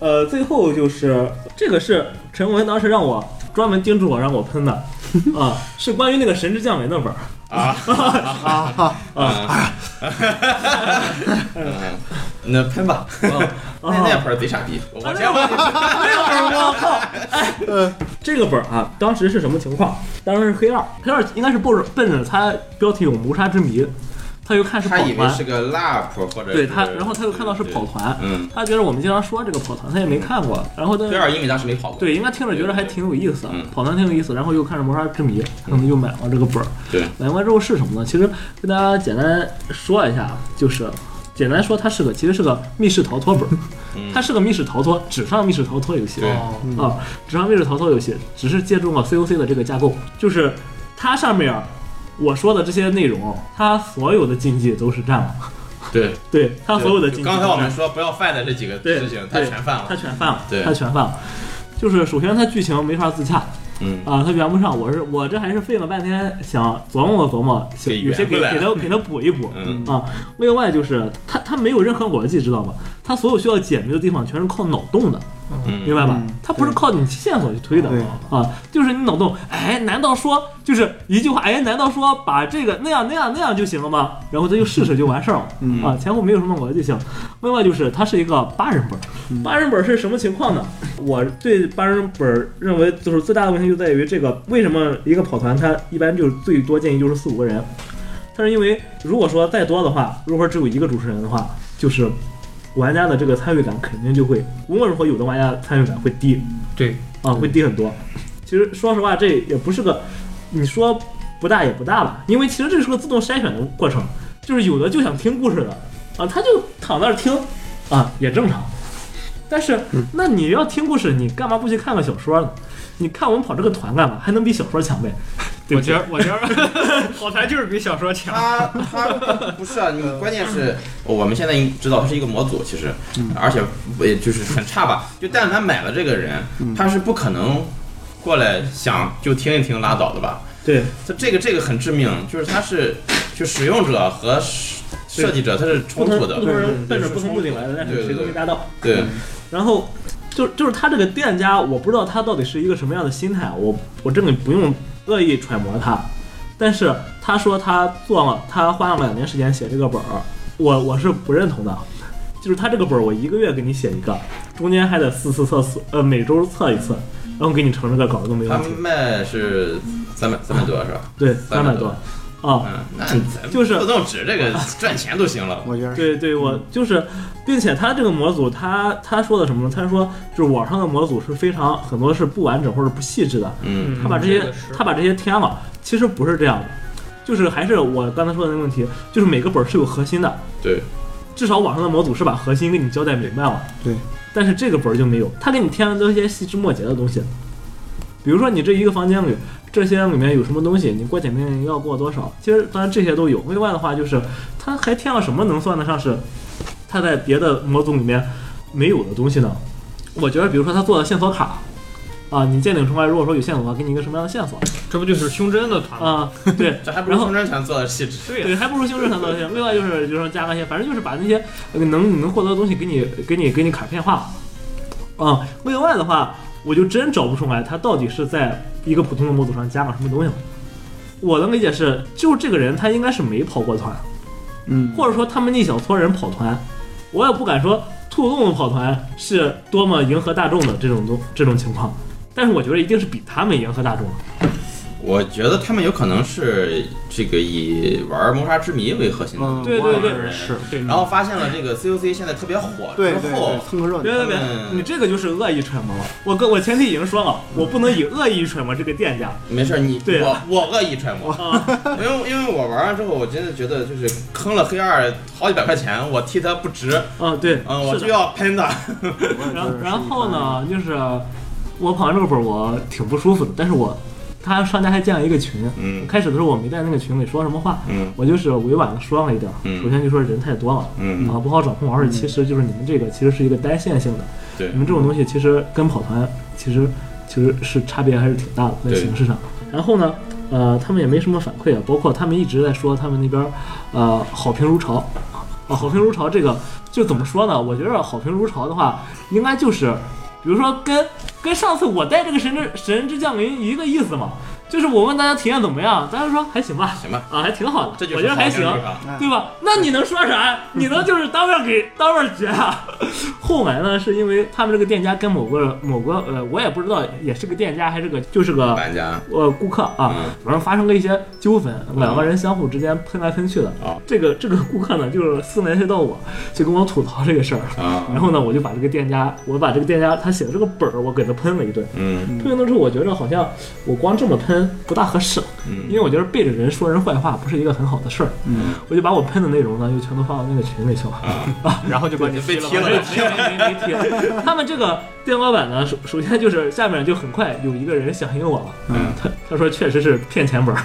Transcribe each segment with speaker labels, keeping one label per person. Speaker 1: 呃，最后就是这个是陈文当时让我专门叮嘱我让我喷的，啊，是关于那个神之降维那本儿
Speaker 2: 啊
Speaker 3: 啊
Speaker 2: 啊！ 那喷吧，
Speaker 1: 哦
Speaker 2: 那那
Speaker 1: 啊。
Speaker 2: 会儿贼傻逼，我先问你，
Speaker 1: 我靠！哎，这个本儿啊，当时是什么情况？当时是黑二，黑二应该是奔着奔着他标题有谋杀之谜，他就看是跑
Speaker 2: 他以为
Speaker 1: 团
Speaker 2: 是，个 lap 或者
Speaker 1: 对
Speaker 2: 是
Speaker 1: 他，然后他就看到是跑，团，
Speaker 2: 嗯，
Speaker 1: 他觉得我们经常说这个跑团，他也没看过，然后但
Speaker 2: 对
Speaker 1: 是
Speaker 2: 二因为当时没跑过，
Speaker 1: 对，应该听着觉得还挺有意思
Speaker 2: 嗯，
Speaker 1: 跑团挺有意思，然后又看着《谋杀之谜》，他们就买了这个本儿。
Speaker 2: 对，
Speaker 1: 买完之后是什么呢？其实跟大家简单说一下，啊就是简单说，它是个其实是个密室逃脱本儿，
Speaker 2: 嗯
Speaker 1: 它是个密室逃脱纸上密室逃脱游戏
Speaker 2: 对
Speaker 3: 啊！
Speaker 1: 啊，纸上密室逃脱游戏只是借助了 COC 的这个架构，就是它上面儿我说的这些内容，它所有的禁忌都是占了，
Speaker 2: 对，
Speaker 1: 对它所有的禁忌都
Speaker 2: 刚
Speaker 1: 占了。
Speaker 2: 才我们说不要犯的这几个
Speaker 1: 对
Speaker 2: 事情，他全犯
Speaker 1: 它
Speaker 2: 了，
Speaker 1: 全犯了，
Speaker 2: 对
Speaker 1: 它全犯了。就是首先它剧情没法自洽，
Speaker 2: 嗯
Speaker 1: 啊，他圆不上。我是我这还是费了半天想琢磨琢磨，想
Speaker 2: 给
Speaker 1: 有些给
Speaker 2: 圆回来
Speaker 1: 给他给他补一补。
Speaker 2: 嗯
Speaker 1: 啊，另外就是他他没有任何逻辑，知道吗？他所有需要解谜的地方全是靠脑洞的，明
Speaker 2: 嗯，
Speaker 1: 白吧
Speaker 3: 嗯？
Speaker 1: 他不是靠你线索去推的
Speaker 3: 对
Speaker 1: 啊，就是你脑洞，哎，难道说就是一句话，哎，难道说把这个那样那样那样就行了吗？然后他就试试就完事儿了。
Speaker 3: 嗯
Speaker 1: 啊，前后没有什么逻辑性。另外就是它是一个八人本儿，
Speaker 3: 嗯
Speaker 1: 八人本儿是什么情况呢？我对八人本儿认为就是最大的问题就在于这个，为什么一个跑团它一般就是最多建议就是四五个人，但是因为如果说再多的话，如果说只有一个主持人的话，就是玩家的这个参与感肯定就会，无论如何有的玩家参与感会低
Speaker 4: 对，
Speaker 1: 啊，
Speaker 2: 嗯
Speaker 1: 会低很多。其实说实话，这也不是个你说不大也不大吧，因为其实这是个自动筛选的过程，就是有的就想听故事的啊，他就躺那儿听啊，也正常。但是，
Speaker 2: 嗯
Speaker 1: 那你要听故事，你干嘛不去看个小说呢？你看我们跑这个团干嘛？还能比小说强呗？对
Speaker 4: 我
Speaker 1: 不对
Speaker 4: 觉得我觉得 跑团就是比小说强。
Speaker 2: 他他不是啊，你关键是我们现在已经知道他是一个模组，其实，
Speaker 1: 嗯
Speaker 2: 而且也就是很差吧。就但凡买了这个人，
Speaker 1: 嗯
Speaker 2: 他是不可能过来想就听一听拉倒的吧？
Speaker 1: 对
Speaker 2: 他这个这个很致命，就是他是就使用者和设设计者他是
Speaker 1: 不
Speaker 2: 冲
Speaker 1: 同
Speaker 2: 突
Speaker 1: 不
Speaker 2: 的
Speaker 1: 同，人奔着不同目的来的，但是
Speaker 2: 对
Speaker 1: 谁都没达到。
Speaker 2: 对，
Speaker 1: 然后就就是他这个店家，我不知道他到底是一个什么样的心态，我我这个不用恶意揣摩他，但是他说他做了，他花了两年时间写这个本儿，我我是不认同的。就是他这个本儿，我一个月给你写一个，中间还得四次测四，呃，每周测一次，然后给你成这个稿子都没
Speaker 2: 他
Speaker 1: 问题。
Speaker 2: 卖是三百三百多是吧？
Speaker 1: 对，
Speaker 2: 三
Speaker 1: 三
Speaker 2: 百
Speaker 1: 百
Speaker 2: 多
Speaker 1: 多，啊，
Speaker 2: 嗯，那咱们
Speaker 1: 就是
Speaker 2: 自动值这个赚钱都行了。
Speaker 3: 我觉得是
Speaker 1: 对对，我就是，并且他这个模组，他他说的什么呢？他说就是网上的模组是非常很多是不完整或者不细致的，
Speaker 2: 嗯
Speaker 1: 他把这
Speaker 4: 这
Speaker 1: 些
Speaker 4: 个是
Speaker 1: 他把这些添了，其实不是这样的，就是还是我刚才说的那个问题，就是每个本儿是有核心的，
Speaker 2: 对，
Speaker 1: 至少网上的模组是把核心给你交代明白了，
Speaker 3: 对，
Speaker 1: 但是这个本儿就没有，他给你添了都一些细枝末节的东西，比如说你这一个房间里这些里面有什么东西，你过检定要过多少，其实当然这些都有。另外的话就是，他还添了什么能算得上是他在别的模组里面没有的东西呢？我觉得，比如说他做的线索卡。啊，你鉴定出来，如果说有线索的话，给你一个什么样的线索？
Speaker 4: 这不就是胸针的团吗？
Speaker 1: 啊、对
Speaker 2: 这还不如风筝强做的细致。
Speaker 4: 对呀
Speaker 1: 嗯对，还不如星辰团造型。另外就是就是加那些，反正就是把那些呃能你能获得的东西给你给你给你卡片化。啊、另外的话，我就真找不出来他到底是在一个普通的模组上加了什么东西了。我的理解是，就这个人他应该是没跑过团，
Speaker 3: 嗯，
Speaker 1: 或者说他们一小撮人跑团，我也不敢说兔洞跑团是多么迎合大众的这种东这种情况，但是我觉得一定是比他们迎合大众的。
Speaker 2: 我觉得他们有可能是这个以玩谋杀之谜为核心的，
Speaker 3: 嗯
Speaker 1: 对对
Speaker 3: 我
Speaker 1: 对
Speaker 3: 也是，
Speaker 4: 对，
Speaker 2: 然后发现了这个 COC 现在特别火之
Speaker 3: 对对
Speaker 2: 后
Speaker 3: 对，，蹭个热
Speaker 1: 别
Speaker 3: 闹，
Speaker 1: 别别，你这个就是恶意揣摩了。我跟我前提已经说了，我不能以恶意揣摩这个店家
Speaker 2: 没事儿，你
Speaker 1: 对
Speaker 2: 我我恶意揣摩，
Speaker 1: 啊。
Speaker 2: 因为因为我玩完之后，我真的觉得就是坑了黑二好几百块钱，我替他不值，
Speaker 1: 啊，对，
Speaker 2: 嗯，我
Speaker 1: 是
Speaker 2: 就
Speaker 1: 的。
Speaker 2: 要喷他。
Speaker 1: 然后然后？呢，就是我跑完这个本儿我挺不舒服的，但是我他商家还建了一个群，
Speaker 2: 嗯
Speaker 1: 开始的时候我没在那个群里说什么话，
Speaker 2: 嗯
Speaker 1: 我就是委婉的说了一点儿，
Speaker 2: 嗯
Speaker 1: 首先就说人太多了。
Speaker 2: 嗯，
Speaker 1: 啊，不好掌控，而且其实就是你们这个其实是一个单线性的，
Speaker 2: 对
Speaker 1: 你们这种东西其实跟跑团其实其实是差别还是挺大的，在
Speaker 2: 对
Speaker 1: 形式上。然后呢，呃，他们也没什么反馈啊，包括他们一直在说他们那边，呃，好评如潮，啊，好评如潮这个就怎么说呢？我觉得好评如潮的话，应该就是，比如说跟跟上次我带这个神之神之降临一个意思嘛，就是我问大家体验怎么样，大家说还行吧，
Speaker 2: 行吧，
Speaker 1: 啊，还挺好的，
Speaker 2: 这就是
Speaker 1: 我觉得还行
Speaker 2: 好。评如潮
Speaker 1: 对吧？那你能说 啥？你能就是当面给当面决啊？ 后来呢，是因为他们这个店家跟某个某个呃，我也不知道，也是个店家还是个就是个
Speaker 2: 玩家
Speaker 1: 呃顾客啊，
Speaker 2: 嗯
Speaker 1: 反正发生了一些纠纷，两个人相互之间喷来喷去的。
Speaker 2: 哦
Speaker 1: 这个这个顾客呢，就是私联系到我，就跟我吐槽这个事儿。
Speaker 2: 啊，
Speaker 1: 然后呢，我就把这个店家，我把这个店家他写的这个本儿，我给他喷了一顿。
Speaker 2: 嗯
Speaker 1: 喷完了之后，我觉着好像我光这么喷不大合适，因
Speaker 2: 嗯
Speaker 1: 为我觉得背着人说人坏话不是一个很好的事儿。
Speaker 3: 嗯，
Speaker 1: 我就把我喷的内容呢，就全都发到那个群里去了。
Speaker 4: 然后就把你
Speaker 2: 被踢
Speaker 4: 踢
Speaker 2: 了
Speaker 4: 了。
Speaker 1: 没没贴。他们这个店老板呢，首首先就是下面就很快有一个人响应我了，
Speaker 2: 嗯
Speaker 1: 他他说确实是骗钱 本儿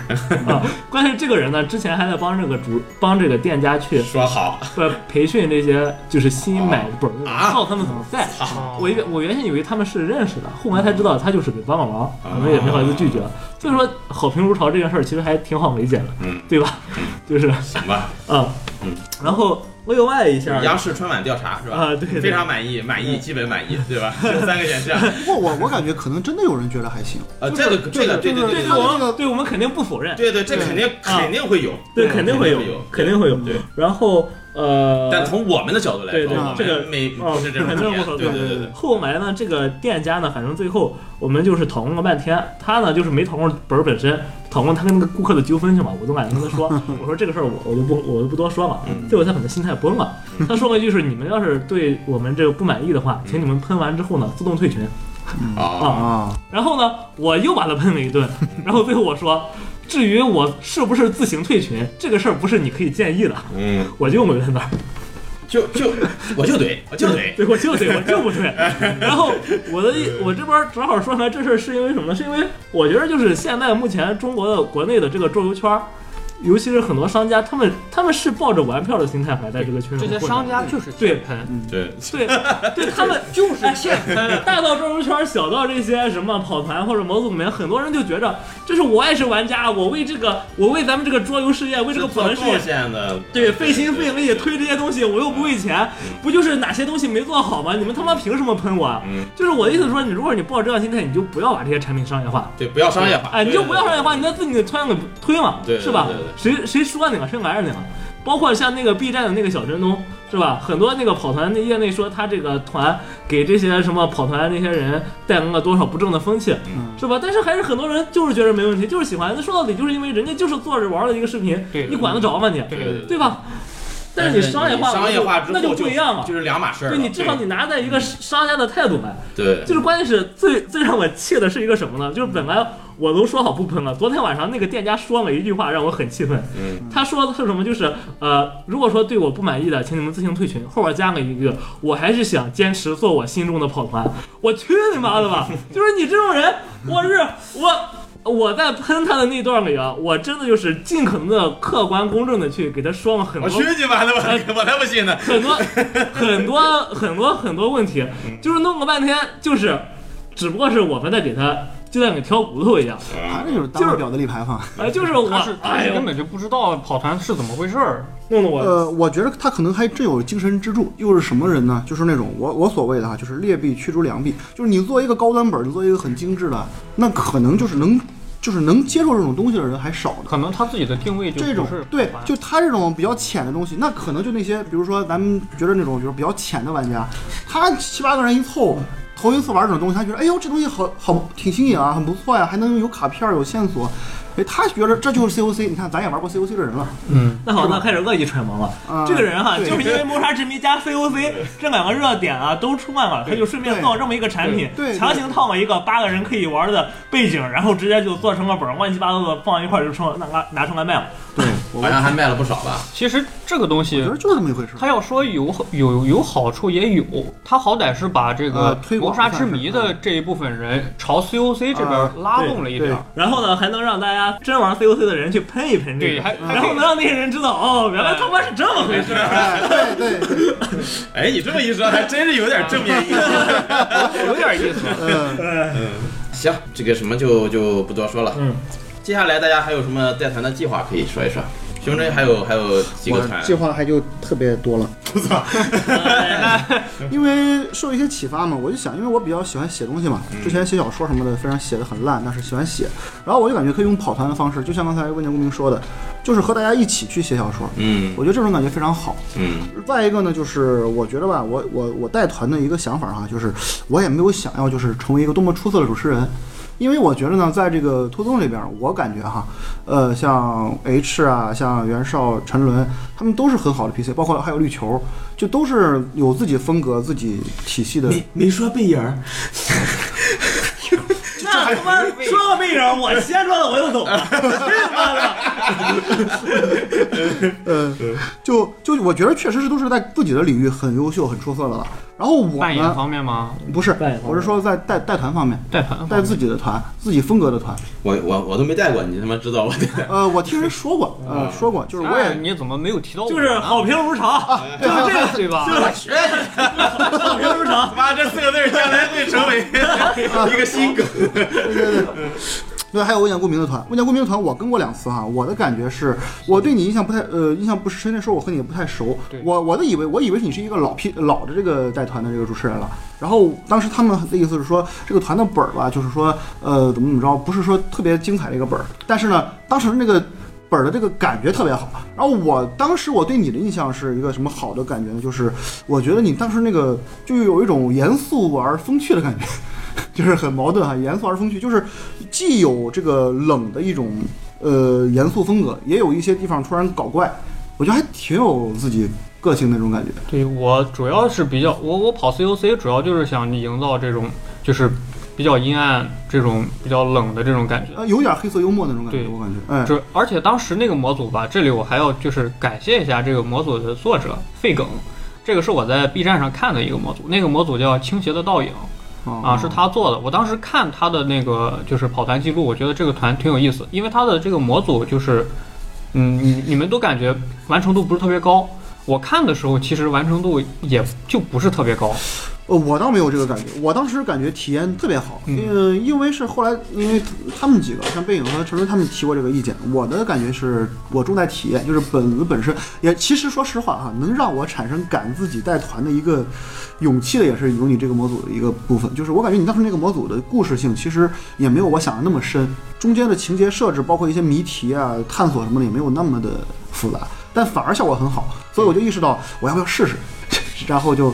Speaker 1: 啊。关键是这个人呢，之前还在帮这个主帮这个店家去
Speaker 2: 说好
Speaker 1: 呃培训这些就是新买本儿的人，
Speaker 2: 啊
Speaker 1: 告诉他们怎么带。
Speaker 4: 啊
Speaker 1: 我以为我原先以为他们是认识的，后来才知道他就是给帮帮
Speaker 2: 啊
Speaker 1: 忙，我们也没好意思拒绝。所以说，好评如潮这件事儿其实还挺好理解的，
Speaker 2: 嗯，
Speaker 1: 对吧？就是
Speaker 2: 行吧，
Speaker 1: 啊，
Speaker 2: 嗯，
Speaker 1: 然后另外一下，
Speaker 2: 央视春晚调查是吧？
Speaker 1: 啊对对
Speaker 2: 非常满意，满意，基本满意，对吧？就三个选项，
Speaker 3: 不过我我感觉可能真的有人觉得还行，
Speaker 2: 呃，这个这个
Speaker 1: 对
Speaker 2: 对对对
Speaker 1: 对，
Speaker 3: 就是
Speaker 1: 我
Speaker 3: 这
Speaker 1: 们
Speaker 3: 个
Speaker 1: 对我们肯定不否认，
Speaker 2: 对对，这肯定肯定会有，
Speaker 1: 对，
Speaker 4: 对
Speaker 1: 肯定会
Speaker 2: 肯定会有
Speaker 1: 肯定会有。
Speaker 2: 对，
Speaker 1: 然后呃，
Speaker 2: 但从我们的角度来
Speaker 1: 对对
Speaker 2: 说，我
Speaker 1: 这个
Speaker 2: 们没
Speaker 1: 哦
Speaker 2: 不是这种
Speaker 1: 肯定
Speaker 2: 体
Speaker 1: 不
Speaker 2: 验
Speaker 1: 否认
Speaker 2: 啊对对对对，
Speaker 1: 后来呢，这个店家呢，反正最后我们就是讨论了半天，他呢就是没讨论本儿本身，讨论他跟那个顾客的纠纷去嘛，我都懒得跟 他说，我说这个事儿我我就不我就不多说了。
Speaker 2: 嗯
Speaker 1: 最后他可能心态崩了，他说了一句是你们要是对我们这个不满意的话，请你们喷完之后呢自动退群。
Speaker 2: 啊
Speaker 3: 啊，
Speaker 1: 然后呢，我又把他喷了一顿，然后最后我说，至于我是不是自行退群，这个事儿不是你可以建议的，
Speaker 2: 嗯，
Speaker 1: 我就没在那儿，
Speaker 2: 就就我就怼，我就怼，
Speaker 1: 对，我就对，我就不对。然后我的一我这边正好说完这事儿，是因为什么呢？是因为我觉得就是现在目前中国的国内的这个桌游圈儿。尤其是很多商家，他们他们是抱着玩票的心态还在这个圈
Speaker 4: 这
Speaker 1: 中
Speaker 4: 些
Speaker 1: 混的。
Speaker 4: 商家就是
Speaker 1: 对
Speaker 4: 欠喷，
Speaker 2: 对，
Speaker 1: 对对，他 们哎
Speaker 4: 就是欠喷。
Speaker 1: 大到桌游圈，小到这些什么跑团或者模组里面，很多人就觉着这是我也是玩家，我为这个，我为咱们这个桌游事业，为这个跑
Speaker 2: 做
Speaker 1: 团事业
Speaker 2: 贡，献的，
Speaker 1: 对，费心费力推这些东西，我又不为钱，不就是哪些东西没做好吗？你们他妈凭什么喷我啊？
Speaker 2: 嗯，
Speaker 1: 就是我的意思是说，你如果你抱着这样心态，你就不要把这些产品商业化，
Speaker 2: 对，不要商业化，
Speaker 1: 哎，你就不要商业化，你
Speaker 2: 对
Speaker 1: 在自己的圈子里推嘛，
Speaker 2: 对对
Speaker 1: 是吧
Speaker 2: 对对？
Speaker 1: 谁谁说哪个谁来着哪个，包括像那个 B 站的那个小真东，是吧？很多那个跑团的业内说他这个团给这些什么跑团那些人带来了多少不正的风气，
Speaker 3: 嗯
Speaker 1: 是吧？但是还是很多人就是觉得没问题，就是喜欢。那说到底就是因为人家就是坐着玩了一个视频，
Speaker 4: 对
Speaker 1: 你管得着吗你？
Speaker 2: 对对对
Speaker 1: 对吧？但
Speaker 2: 但
Speaker 1: 是你
Speaker 2: 是
Speaker 1: 商业化了，
Speaker 2: 商业化之后
Speaker 1: 那就不一样了。
Speaker 2: 就是两码事儿了，
Speaker 1: 对你至少你拿在一个商家的态度来，
Speaker 2: 对
Speaker 1: 就是关键是最最让我气的是一个什么呢？就是本来我都说好不喷了，昨天晚上那个店家说了一句话让我很气愤。
Speaker 2: 嗯
Speaker 1: 他说的是什么？就是呃，如果说对我不满意的，请你们自行退群。后边加了一句，我还是想坚持做我心中的跑团。我去你妈的吧！就是你这种人，我是我我在喷他的那段里啊，我真的就是尽可能的客观公正的去给他说了很
Speaker 2: 我
Speaker 1: 多
Speaker 2: 去你妈的，
Speaker 1: 哎
Speaker 2: 我我才不信呢，
Speaker 1: 很多很多很多很多问题，
Speaker 3: 嗯
Speaker 1: 就是弄了半天，就是只不过是我们在给他就在给挑骨头一样，
Speaker 3: 他这就是当
Speaker 1: 就是
Speaker 3: 表的立牌坊。
Speaker 1: 呃，就是我
Speaker 4: 他是他
Speaker 1: 哎
Speaker 4: 是
Speaker 1: 呦
Speaker 4: 根本就不知道跑团是怎么回事儿，
Speaker 1: 弄得我
Speaker 3: 呃，我觉得他可能还真有精神支柱，又是什么人呢？就是那种我我所谓的哈，就是劣币驱逐良币，就是你做一个高端本儿，你做一个很精致的，那可能就是能就是能接受这种东西的人还少的。
Speaker 4: 可能他自己的定位就
Speaker 3: 这种
Speaker 4: 不是
Speaker 3: 对
Speaker 4: 跑，团
Speaker 3: 就他这种比较浅的东西，那可能就那些，比如说咱们觉得那种就是比较浅的玩家，他七八个人一凑，头一次玩这种东西，他觉得哎呦这东西好好挺新颖啊，很不错呀、还能有卡片儿有线索，哎，他觉得这就是 COC，你看咱也玩过 COC 的人了，
Speaker 4: 嗯，
Speaker 1: 那好，那开始恶意揣摩了。
Speaker 3: 啊、
Speaker 1: 这个人哈，
Speaker 3: 对
Speaker 1: 就是因为《谋杀之谜》加 COC 这两个热点啊都出来了，他就顺便
Speaker 3: 对
Speaker 1: 造这么一个产品
Speaker 3: 对，对
Speaker 1: 强行套了一个八个人可以玩的背景，然后直接就做成个本儿，乱七八糟的放一块儿就成拿拿拿出来卖了。
Speaker 3: 对，我
Speaker 2: 好像还卖了不少吧，
Speaker 4: 其实这个东
Speaker 3: 我
Speaker 4: 西
Speaker 3: 觉得就是这么一回事。
Speaker 4: 他要说有有有好处也有，他好歹是把这
Speaker 3: 呃
Speaker 4: 个
Speaker 3: 推广
Speaker 4: 谋杀之谜的这一部分人朝 COC 这边拉动了一点儿，
Speaker 1: 然后呢，还能让大家真玩 COC 的人去喷一喷这
Speaker 4: 对，
Speaker 1: 个，
Speaker 4: 还
Speaker 1: 然
Speaker 4: 还
Speaker 1: 后
Speaker 4: 可以
Speaker 1: 能让那些人知道哦，原来他妈是这么回事儿。
Speaker 3: 哎，对对，
Speaker 2: 哎，你这么一说，还真是有点正面意 思。
Speaker 4: 有点意思。
Speaker 3: 嗯，
Speaker 2: 行，这个什么就就不多说了。
Speaker 1: 嗯，
Speaker 2: 接下来大家还有什么带团的计划可以说一说？熊真还有还有几个团
Speaker 3: 我，计划还就特别多了， 因为受一些启发嘛，我就想，因为我比较喜欢写东西嘛，
Speaker 2: 嗯
Speaker 3: 之前写小说什么的，虽然写的很烂，但是喜欢写，然后我就感觉可以用跑团的方式，就像刚才温建公明说的，就是和大家一起去写小说，
Speaker 2: 嗯
Speaker 3: 我觉得这种感觉非常好。
Speaker 2: 嗯
Speaker 3: 再一个呢，就是我觉得吧，我我我带团的一个想法哈、就是我也没有想要就是成为一个多么出色的主持人，因为我觉得呢，在这个兔宗里边，我感觉哈，呃，像 H 啊，像袁绍、陈伦，他们都是很好的 PC，包括还有绿球，就都是有自己风格、自己体系的。
Speaker 2: 没说 贝尔，
Speaker 1: 那他妈说到背影，我先说的我又懂了， 这妈的！
Speaker 3: 呃，就就我觉得确实是都是在自己的领域很优秀、很出色的了。然后我
Speaker 4: 扮演
Speaker 3: 呢，
Speaker 4: 方面吗？
Speaker 3: 不是
Speaker 1: 扮演，方
Speaker 3: 我是
Speaker 1: 面
Speaker 3: 说在带带团方面，
Speaker 4: 带团
Speaker 3: 带自己的团、自己风格的团。
Speaker 2: 我我我都没带过，你他妈知道我带，
Speaker 3: 呃，我听人说过，呃，说过，就是我
Speaker 4: 哎
Speaker 3: 也
Speaker 4: 你怎么没有提到我呢？
Speaker 1: 就是好评如潮，
Speaker 2: 哎
Speaker 1: 就是这个，
Speaker 4: 对吧？
Speaker 1: 好评如潮。 啊
Speaker 2: 妈这四个字儿将来会成 为一个新梗，
Speaker 3: 对，还有温江顾明的团，温江顾明的团我跟过两次哈，我的感觉是我对你印象不太呃印象不深，那时候我和你也不太熟
Speaker 4: 对，
Speaker 3: 我我的以为我以为你是一个老批老的这个带团的这个主持人了，然后当时他们的意思是说这个团的本儿吧，就是说呃怎么怎么着，不是说特别精彩的一个本儿，但是呢，当时那个。本儿的这个感觉特别好，然后我当时我对你的印象是一个什么好的感觉呢？就是我觉得你当时那个就有一种严肃而风趣的感觉， 就是很矛盾哈，严肃而风趣，就是既有这个冷的一种呃严肃风格，也有一些地方突然搞怪，我觉得还挺有自己个性的那种感觉。
Speaker 4: 对我主要是比较，我我跑 COC 主要就是想营造这种就是比较阴暗、这种比较冷的这种感觉。
Speaker 3: 呃，有点黑色幽默那种感觉，
Speaker 4: 对
Speaker 3: 我感觉，哎，
Speaker 4: 就而且当时那个模组吧，这里我还要就是感谢一下这个模组的作者费梗，这个是我在 B 站上看的一个模组，那个模组叫《倾斜的倒影》
Speaker 3: 哦
Speaker 4: 啊，是他做的。我当时看他的那个就是跑团记录，我觉得这个团挺有意思，因为他的这个模组就是，嗯，你你们都感觉完成度不是特别高。我看的时候，其实完成度也就不是特别高，
Speaker 3: 呃，我倒没有这个感觉，我当时感觉体验特别好，
Speaker 4: 嗯
Speaker 3: 呃，因为是后来，因为他们几个像背影和陈伦他们提过这个意见，我的感觉是我重在体验，就是本子本身也其实说实话哈、能让我产生敢自己带团的一个勇气的，也是有你这个模组的一个部分，就是我感觉你当时那个模组的故事性其实也没有我想的那么深，中间的情节设置包括一些谜题啊、探索什么的也没有那么的复杂，但反而效果很好，所以我就意识到我要不要试 试，然后就。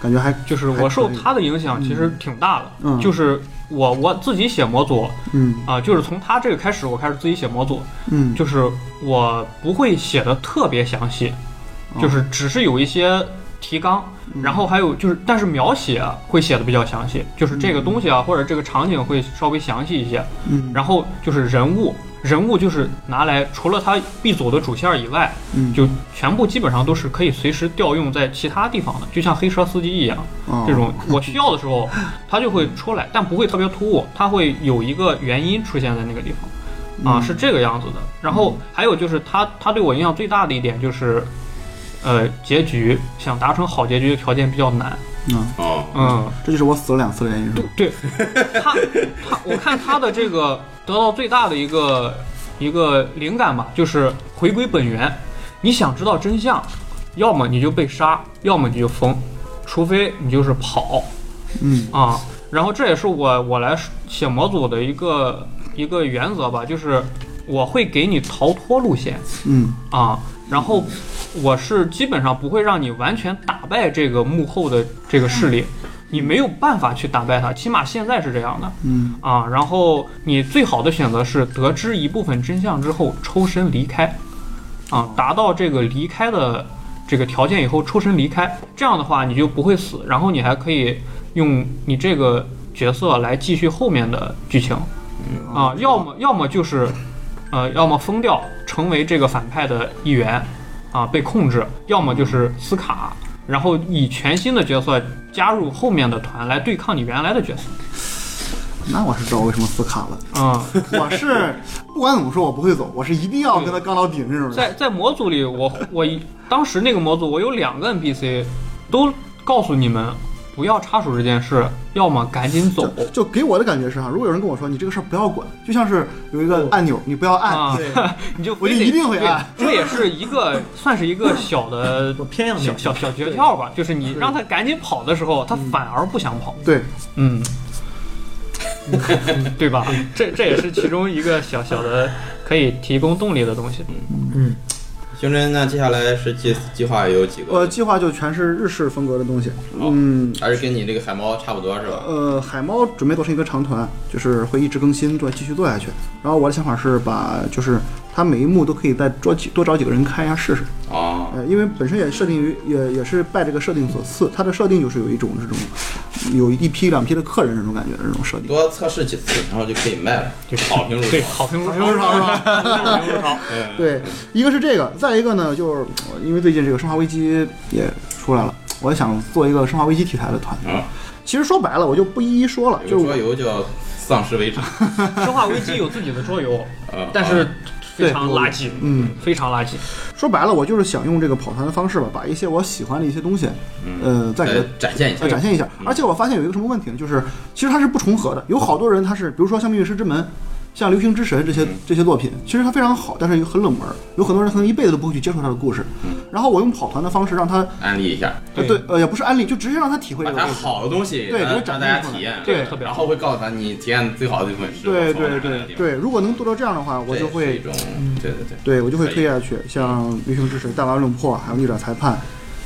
Speaker 3: 感觉还
Speaker 4: 就是
Speaker 3: 还
Speaker 4: 我受
Speaker 3: 可以
Speaker 4: 他的影响其实挺大的，
Speaker 3: 嗯
Speaker 4: 就是我我自己写模组
Speaker 3: 嗯
Speaker 4: 啊、就是从他这个开始，我开始自己写模组，
Speaker 3: 嗯，
Speaker 4: 就是我不会写的特别详细，
Speaker 3: 哦
Speaker 4: 就是只是有一些提纲，
Speaker 3: 嗯
Speaker 4: 然后还有就是，但是描写会写的比较详细，就是这个东西啊，或者这个场景会稍微详细一些。
Speaker 3: 嗯，
Speaker 4: 然后就是人物，人物就是拿来除了它 B 组的主线以外，
Speaker 3: 嗯
Speaker 4: 就全部基本上都是可以随时调用在其他地方的，就像黑车司机一样。
Speaker 3: 哦
Speaker 4: 这种我需要的时候，它就会出来，但不会特别突兀，它会有一个原因出现在那个地
Speaker 3: 嗯
Speaker 4: 方，啊，是这个样子的。然后还有就是它，它对我影响最大的一点就是，呃，结局想达成好结局的条件比较难，
Speaker 2: 哦，
Speaker 4: 嗯，
Speaker 3: 这就是我死了两次的原因，是吧？
Speaker 4: 对，他他，我看他的这个得到最大的一个一个灵感吧，就是回归本源。你想知道真相，要么你就被杀，要么你就疯，除非你就是跑
Speaker 3: 嗯
Speaker 4: 啊。然后这也是我我来写模组的一个一个原则吧，就是我会给你逃脱路线，
Speaker 3: 嗯
Speaker 4: 啊，然后我是基本上不会让你完全打败这个幕后的这个势力，你没有办法去打败他，起码现在是这样的
Speaker 3: 嗯
Speaker 4: 啊。然后你最好的选择是得知一部分真相之后抽身离开，啊，达到这个离开的这个条件以后抽身离开，这样的话你就不会死，然后你还可以用你这个角色来继续后面的剧情。啊，要么要么就是，呃，要么疯掉，成为这个反派的一员，啊，被控制；要么就是斯卡，然后以全新的角色加入后面的团来对抗你原来的角色。
Speaker 3: 那我是知道为什么死卡了。
Speaker 4: 嗯，
Speaker 3: 我是不管怎么说，我不会走，我是一定要跟他刚到底那种人。
Speaker 4: 在在模组里，我我一当时那个模组，我有两个 NPC，都告诉你们不要插手这件事，要么赶紧走。
Speaker 3: 就就给我的感觉是哈，如果有人跟我说你这个事儿不要管，就像是有一个按钮，你不要按，
Speaker 4: 啊，
Speaker 2: 对，
Speaker 4: 你就
Speaker 3: 我就
Speaker 4: 非得
Speaker 3: 一定会按
Speaker 4: 对这也是一个算是一个小的
Speaker 1: 我偏向那
Speaker 4: 小
Speaker 1: 个
Speaker 4: 小小诀窍吧，就是你让他赶紧跑的时候，他反而不想跑，
Speaker 3: 对，
Speaker 4: 嗯， 对 吧？这这也是其中一个小小的可以提供动力的东西。
Speaker 1: 嗯，
Speaker 2: 刑侦那接下来是计计划有几
Speaker 3: 我
Speaker 2: 个？
Speaker 3: 计划就全是日式风格的东西，
Speaker 2: 哦
Speaker 3: 嗯。
Speaker 2: 还是跟你这个海猫差不多是吧？
Speaker 3: 呃，海猫准备做成一个长团，就是会一直更新，做继续做下去。然后我的想法是把，就是它每一幕都可以再多几多找几个人看一下试试。
Speaker 2: 哦，
Speaker 3: 呃，因为本身也设定于也也是拜这个设定所赐，它的设定就是有一种这种有一批两批的客人这种感觉的这种设定。
Speaker 2: 多测试几次，然后就可以卖了，好评如
Speaker 4: 对，
Speaker 2: 潮。
Speaker 4: 好评如
Speaker 3: 好评如潮
Speaker 4: 潮，
Speaker 3: 是吧
Speaker 4: 好评如潮。
Speaker 2: 嗯，
Speaker 3: 对，一个是这个，再一个呢，就是呃因为最近这个《生化危机》也出来了，我想做一个《生化危机》题材的团。
Speaker 2: 啊，
Speaker 3: 其实说白了，我就不一一说了，
Speaker 2: 有
Speaker 3: 就
Speaker 2: 个
Speaker 3: 是
Speaker 2: 桌
Speaker 3: 我
Speaker 2: 游叫《丧尸围城》
Speaker 4: 生化危机有自己的桌游，
Speaker 2: 呃，
Speaker 4: 但
Speaker 2: 啊
Speaker 4: 是非常
Speaker 3: 对
Speaker 4: 垃圾，
Speaker 3: 嗯，
Speaker 4: 非常垃圾。
Speaker 3: 说白了，我就是想用这个跑团的方式吧，把一些我喜欢的一些东西，呃，再给它
Speaker 2: 来展现一下
Speaker 3: 呃，展现一下。
Speaker 2: 嗯
Speaker 3: 而且我发现有一个什么问题呢？就是其实它是不重合的，有好多人他是，比如说像《命运石之门》、像《流星之神》这些
Speaker 2: 嗯
Speaker 3: 这些作品，其实它非常好，但是很冷门，有很多人可能一辈子都不会去接触它的故事
Speaker 2: 嗯。
Speaker 3: 然后我用跑团的方式让他，
Speaker 2: 安利一下，
Speaker 3: 呃，对，呃，也不是安利，就直接让他体会
Speaker 2: 把
Speaker 3: 这个
Speaker 2: 它
Speaker 3: 故事。
Speaker 2: 好的东西让
Speaker 3: 对给它
Speaker 2: 让
Speaker 3: 展
Speaker 2: 大
Speaker 3: 现
Speaker 2: 家
Speaker 3: 出来
Speaker 2: 体验，
Speaker 4: 这个特别
Speaker 2: 然
Speaker 4: 好
Speaker 2: 后会告诉他你体验最好的一款是
Speaker 3: 对
Speaker 2: 从哪
Speaker 3: 对
Speaker 2: 儿来
Speaker 3: 对
Speaker 2: 的地方
Speaker 3: 对，如果能做到这样的话，我
Speaker 2: 这
Speaker 3: 就
Speaker 2: 也是一
Speaker 3: 会，嗯
Speaker 2: 种，对对对，
Speaker 3: 对我就会
Speaker 2: 可以
Speaker 3: 推下去，像《流星之神》、《弹丸论破》还有《逆转裁判》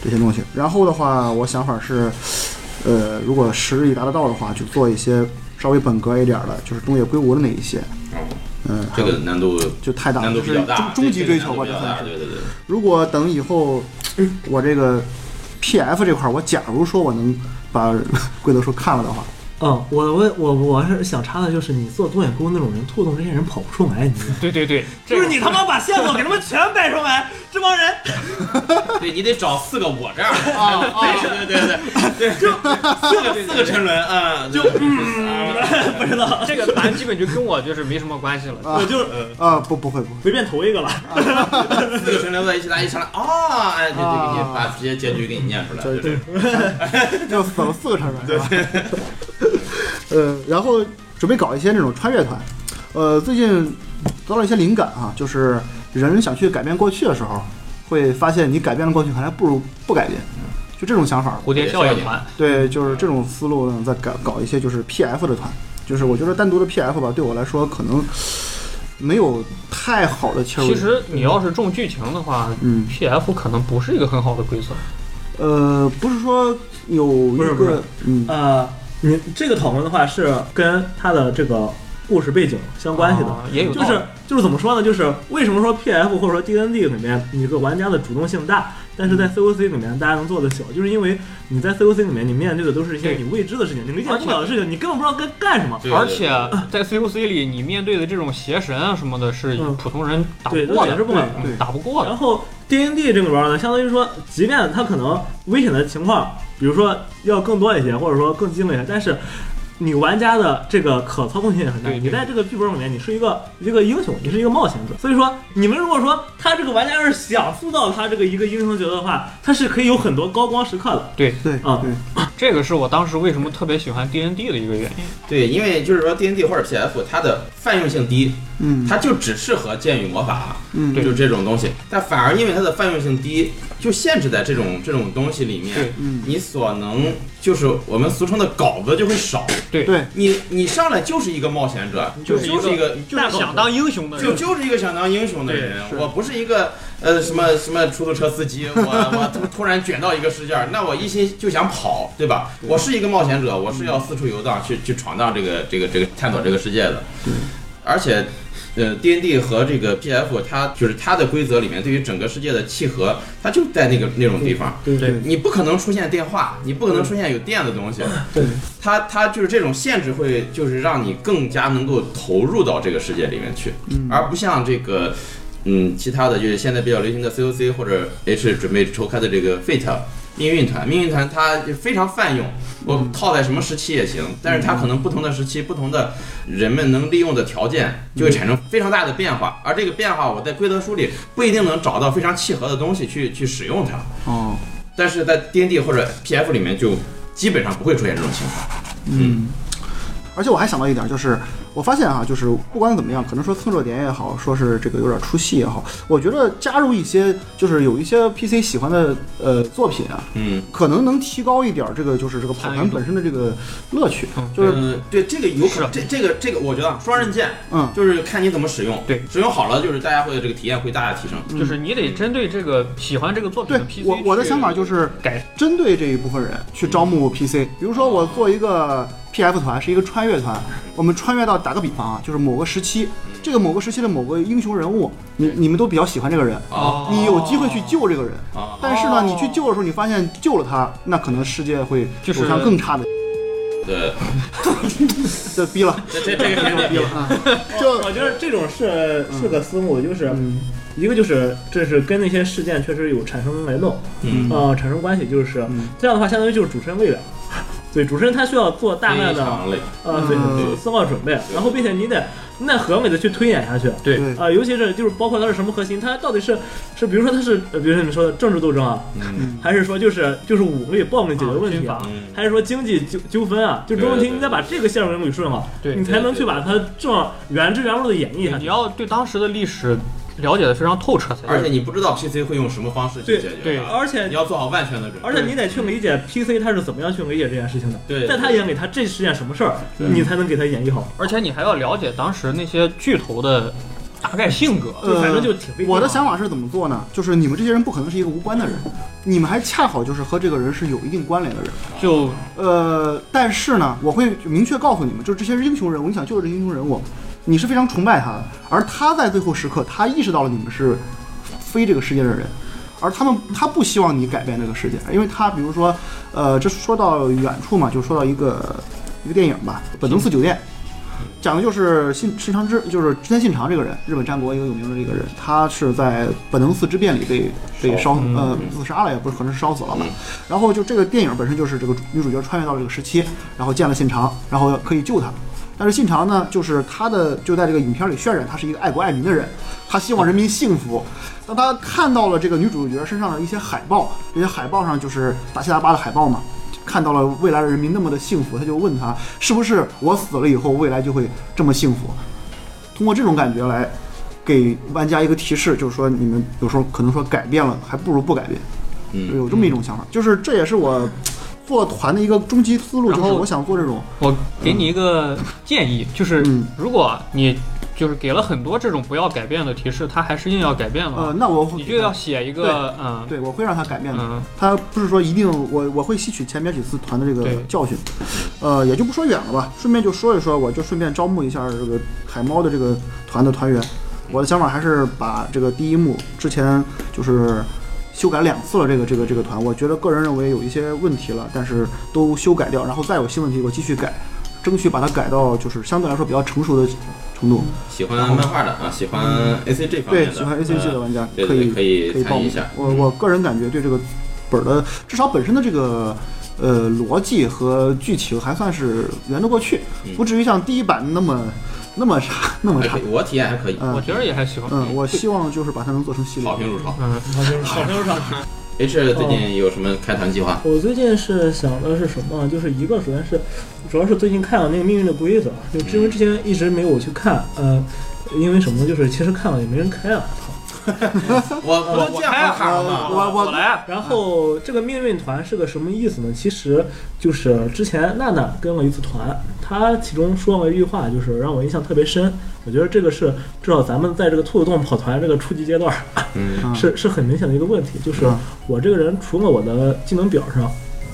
Speaker 3: 这些东西。然后的话，我想法是，呃，如果实力达得到的话，就做一些稍微本格一点儿的，就是东野圭吾的那一些，
Speaker 2: 哦，
Speaker 3: 嗯，还
Speaker 2: 这
Speaker 3: 有
Speaker 2: 个难度
Speaker 3: 就太大
Speaker 2: 难
Speaker 3: 了，
Speaker 2: 度
Speaker 3: 就
Speaker 2: 比较
Speaker 3: 是终
Speaker 2: 大，啊
Speaker 3: 终极追求吧，
Speaker 2: 吧，比
Speaker 3: 这
Speaker 2: 较大，
Speaker 3: 算是。
Speaker 2: 对对对，
Speaker 3: 如果等以后我这个 PF 这块儿，我假如说我能把 贵德说看了的话，
Speaker 1: 嗯，我我我我是想插的就是，你做东野圭吾那种人，兔兔这些人跑不出来，你知道吗
Speaker 4: 对对对， 这
Speaker 1: 就
Speaker 4: 个
Speaker 1: 是你他妈把线索给他们全摆出来，这帮人
Speaker 2: 对你得找四个我这样的，
Speaker 3: 哦
Speaker 2: 对对对对 对，就四个四个沉沦啊，就
Speaker 1: 不知道，
Speaker 4: 这个团基本就跟我就是没什么关系了。
Speaker 1: 我就
Speaker 3: 啊，不不会不会，
Speaker 1: 随便投一个了。
Speaker 2: 四个沉沦在一起，大家一商量，啊，哎，就就给你把直接结局给你念出来，
Speaker 3: 对
Speaker 2: 就是
Speaker 3: 对， 要死了四个成员是吧？ 呃，然后准备搞一些那种穿越团，呃，最近得到一些灵感啊，就是人想去改变过去的时候，会发现你改变了过去，还不如不改变，就这种想法。
Speaker 4: 蝴蝶效应团，
Speaker 3: 对，就是这种思路呢，再搞搞一些就是 PF 的团，就是我觉得单独的 PF 吧，对我来说可能没有太好的切入
Speaker 4: 其
Speaker 3: 点。
Speaker 4: 实你要是重剧情的话
Speaker 3: 嗯，
Speaker 4: ，PF 可能不是一个很好的规则。
Speaker 3: 呃，不是说有一
Speaker 1: 不是不是
Speaker 3: 个，嗯，
Speaker 1: 呃，你这个讨论的话是跟他的这个故事背景相关系的，
Speaker 4: 啊也有
Speaker 1: 就
Speaker 4: 道理
Speaker 1: 是就是怎么说呢？就是为什么说 PF 或者说 DND 里面你这个玩家的主动性大，但是在
Speaker 4: 嗯
Speaker 1: COC 里面大家能做的小，就是因为你在 COC 里面你面对的都是一些
Speaker 4: 对
Speaker 1: 你未知的事情，你理解
Speaker 4: 而且
Speaker 1: 不了的事情，你根本不知道该干什么。
Speaker 2: 对
Speaker 4: 而且在 COC 里，你面对的这种邪神啊什么的，是
Speaker 1: 嗯
Speaker 4: 普通人打
Speaker 1: 对，
Speaker 4: 不
Speaker 1: 都
Speaker 4: 过
Speaker 1: 解
Speaker 4: 的
Speaker 1: 释，不了。
Speaker 4: 嗯
Speaker 3: 对
Speaker 4: 打不过的
Speaker 1: 然。后 D N D 这个玩意儿呢，相当于说，即便它可能危险的情况，比如说要更多一些，或者说更激烈一些，但是你玩家的这个可操控性也很大。
Speaker 4: 对对
Speaker 1: 你在这个剧本里面，你是一个一个英雄，你是一个冒险者。所以说，你们如果说他这个玩家要是想塑造他这个一个英雄角色的话，他是可以有很多高光时刻的。
Speaker 4: 对，
Speaker 3: 对
Speaker 1: 啊
Speaker 3: 对，
Speaker 4: 这个是我当时为什么特别喜欢 DND 的一个原因。
Speaker 2: 对，因为就是说 D N D 或者 P F 它的泛用性低，
Speaker 3: 嗯
Speaker 2: 它就只适合剑与魔法，
Speaker 3: 嗯，
Speaker 2: 就这种东西。但反而因为它的泛用性低，就限制在这种这种东西里
Speaker 4: 对
Speaker 2: 面，
Speaker 3: 嗯，
Speaker 2: 你所能就是我们俗称的稿子就会少。
Speaker 4: 对
Speaker 3: 对，
Speaker 2: 你你上来就是一个冒险者，
Speaker 4: 就是
Speaker 2: 就是一
Speaker 4: 一
Speaker 2: 个。
Speaker 4: 就是想当英雄的
Speaker 2: 就
Speaker 4: 人，
Speaker 2: 就是一个想当英雄的人，
Speaker 3: 对是
Speaker 2: 我不是一个呃什么什么出租车司机，我我突突然卷到一个事件儿，那我一心就想跑，对吧？我是一个冒险者，我是要四处游荡，去去闯荡这个这个这个探索这个世界的。而且，呃，D N D 和这个 P F，它就是它的规则里面对于整个世界的契合，它就在那个那种地方。
Speaker 1: 对
Speaker 3: 对
Speaker 2: 你不可能出现电话，你不可能出现有电的东西。
Speaker 3: 嗯对，
Speaker 2: 它它就是这种限制会，就是让你更加能够投入到这个世界里面去，
Speaker 3: 嗯
Speaker 2: 而不像这个。嗯，其他的就是现在比较流行的 COC 或者 H 准备筹开的这个 Fate 命运团，命运团它就非常泛用，我
Speaker 3: 嗯
Speaker 2: 套在什么时期也行，但是它可能不同的时期、不同的人们能利用的条件就会
Speaker 3: 嗯
Speaker 2: 产生非常大的变化，而这个变化我在规则书里不一定能找到非常契合的东西去去使用它，
Speaker 3: 哦，
Speaker 2: 但是在 D N D 或者 P F 里面就基本上不会出现这种情况。
Speaker 3: 嗯，而且我还想到一点，就是我发现哈、就是不管怎么样，可能说蹭热点也好，说是这个有点出戏也好，我觉得加入一些就是有一些 PC 喜欢的呃作品啊，
Speaker 2: 嗯，
Speaker 3: 可能能提高一点这个就是这个跑
Speaker 4: 参
Speaker 3: 团
Speaker 4: 与度
Speaker 3: 本身的这个呃乐趣
Speaker 4: 嗯，
Speaker 3: 就是
Speaker 2: 呃对这个有可能，这这个这个我觉得啊双刃剑，
Speaker 3: 嗯
Speaker 2: 就是看你怎么使用。
Speaker 4: 对
Speaker 2: 使用好了就是大家会这个体验会大大提升。
Speaker 4: 就是你得针对这个喜欢这个作品
Speaker 3: 对
Speaker 4: 的 PC
Speaker 3: 我我的
Speaker 4: 去
Speaker 3: 想法就是
Speaker 4: 改
Speaker 3: 针对这一部分人去招募 PC，比如说我做一个 PF 团，是一个穿越团，我们穿越到打个比方啊，就是某个时期，这个某个时期的某个英雄人物，你你们都比较喜欢这个人，
Speaker 2: 啊
Speaker 3: 你有机会去救这个人，
Speaker 2: 啊，
Speaker 3: 但是呢，
Speaker 4: 哦
Speaker 3: 你去救的时候，你发现救了他，那可能世界会走
Speaker 4: 就是
Speaker 3: 向更差的，
Speaker 2: 对，
Speaker 3: 这逼 了，
Speaker 2: 这这这个 肯定
Speaker 3: 逼了啊！就嗯
Speaker 1: 我觉得这种是是个思路，就是
Speaker 4: 嗯
Speaker 1: 一个就是这是跟那些事件确实有产生联动，
Speaker 2: 嗯
Speaker 1: 呃，产生关系，就是
Speaker 3: 嗯
Speaker 1: 这样的话，相当于就是主持人喂养。对，主持人他需要做大量
Speaker 2: 非
Speaker 1: 的
Speaker 2: 常累。
Speaker 1: 呃，
Speaker 3: 嗯
Speaker 1: 对，思考准备，然后并且你得你得合理的去推演下去。
Speaker 4: 对
Speaker 3: 对
Speaker 1: 啊、尤其是就是包括它是什么核心，它到底是是比如说它是呃，比如说你们说的政治斗争啊，
Speaker 2: 嗯
Speaker 1: 还是说就是就是武力暴力解决问题
Speaker 4: 啊
Speaker 1: 啊
Speaker 4: 军，
Speaker 2: 嗯
Speaker 1: 还是说经济纠纠纷啊，就这种问
Speaker 2: 对
Speaker 1: 题
Speaker 2: 对对
Speaker 1: 你得把这个线儿给捋顺了，
Speaker 4: 对
Speaker 1: 你才能去把它正原汁原味的演绎下
Speaker 4: 你
Speaker 1: 去。
Speaker 4: 要对当时的历史了解的非常透彻才行。
Speaker 2: 而且你不知道 PC 会用什么方式去
Speaker 1: 对
Speaker 2: 解决它，
Speaker 4: 对
Speaker 1: 而且
Speaker 2: 你要做好万全的准备。
Speaker 1: 而且你得去理解 PC 他是怎么样去理解这件事情的，
Speaker 2: 对
Speaker 1: 在他眼里他这是件什么事儿，你才能给他演绎好。
Speaker 4: 而且你还要了解当时那些巨头的大概性格。
Speaker 1: 就反正就
Speaker 3: 呃
Speaker 1: 挺费劲啊
Speaker 3: 我的想法是怎么做呢？就是你们这些人不可能是一个无关的人，你们还恰好就是和这个人是有一定关联的人。
Speaker 4: 就
Speaker 3: 呃，但是呢，我会明确告诉你们，就是这些英雄人物，你想救的这些英雄人物，你是非常崇拜他的，而他在最后时刻，他意识到了你们是非这个世界的人，而他们他不希望你改变这个世界，因为他比如说，呃，这说到远处嘛，就说到一个一个电影吧，《本能寺酒店》。讲的就是信信长之，就是织田信长这个人，日本战国一个有名的这个人，他是在本能寺之变里被被烧呃自杀了，也不是可能是烧死了吧。然后就这个电影本身就是这个女主角穿越到了这个时期，然后见了信长，然后可以救他。但是信长呢，就是他的就在这个影片里渲染他是一个爱国爱民的人，他希望人民幸福。当他看到了这个女主角身上的一些海报，这些海报上就是大七大八的海报嘛，看到了未来的人民那么的幸福，他就问他是不是我死了以后未来就会这么幸福？通过这种感觉来给玩家一个提示，就是说你们有时候可能说改变了，还不如不改变。
Speaker 2: 嗯
Speaker 3: 有这么一种想法，就是这也是我做团的一个终极思路，
Speaker 4: 然
Speaker 3: 就
Speaker 4: 后
Speaker 3: 是我想做这种，
Speaker 4: 我给你一个建议，就是
Speaker 3: 嗯
Speaker 4: 如果你就是给了很多这种不要改变的提示，他还是硬要改变
Speaker 3: 呃
Speaker 4: 了，，
Speaker 3: 那我
Speaker 4: 你就要写一个嗯
Speaker 3: 对，我会让他改变的。
Speaker 4: 嗯
Speaker 3: 他不是说一定，我我会吸取前面几次团的这个
Speaker 4: 对
Speaker 3: 教训，呃，也就不说远了吧，顺便就说一说，我就顺便招募一下这个海猫的这个团的团员。我的想法还是把这个第一幕之前就是修改两次了，这个这个这个团，我觉得个人认为有一些问题了，但是都修改掉，然后再有新问题我继续改，争取把它改到就是相对来说比较成熟的程度。
Speaker 2: 喜欢漫画的啊，喜欢 AC 这方面
Speaker 3: 对，
Speaker 2: 的，
Speaker 3: 喜欢 A C G 的
Speaker 2: 呃
Speaker 3: 玩家
Speaker 2: 对
Speaker 3: 可以
Speaker 2: 可以
Speaker 3: 可以报
Speaker 2: 参与
Speaker 3: 名
Speaker 2: 一下。
Speaker 3: 我我个人感觉对这个本儿的，至少本身的这个呃逻辑和剧情还算是圆得过去，
Speaker 2: 嗯
Speaker 3: 不至于像第一版那么那么差那么
Speaker 2: 还
Speaker 3: 差
Speaker 2: 可以。我体验还可以，
Speaker 3: 嗯
Speaker 4: 我觉得也还行。
Speaker 3: 嗯，我希望就是把它能做成系列
Speaker 2: 好。评如潮。
Speaker 4: 嗯，
Speaker 1: 好听上。
Speaker 2: H 最
Speaker 1: 哦
Speaker 2: 近有什么开团计划？
Speaker 1: 我最近是想的是什么？就是一个主要是，主要是最近看了那个《命运的规则》，就因为之前一直没有去看，呃，因为什么呢？就是其实看了也没人开啊，操。
Speaker 2: 我我见
Speaker 4: 开
Speaker 2: 好
Speaker 4: 啊
Speaker 2: 卡了吗？
Speaker 3: 呃我我
Speaker 4: 我来，
Speaker 1: 然后这个命运团是个什么意思呢？其实就是之前娜娜跟了一次团，她其中说了一句话，就是让我印象特别深。我觉得这个是至少咱们在这个兔子洞跑团这个初级阶段，
Speaker 2: 嗯
Speaker 3: 嗯
Speaker 1: 是是很明显的一个问题，就是
Speaker 3: 嗯
Speaker 1: 我这个人除了我的技能表上，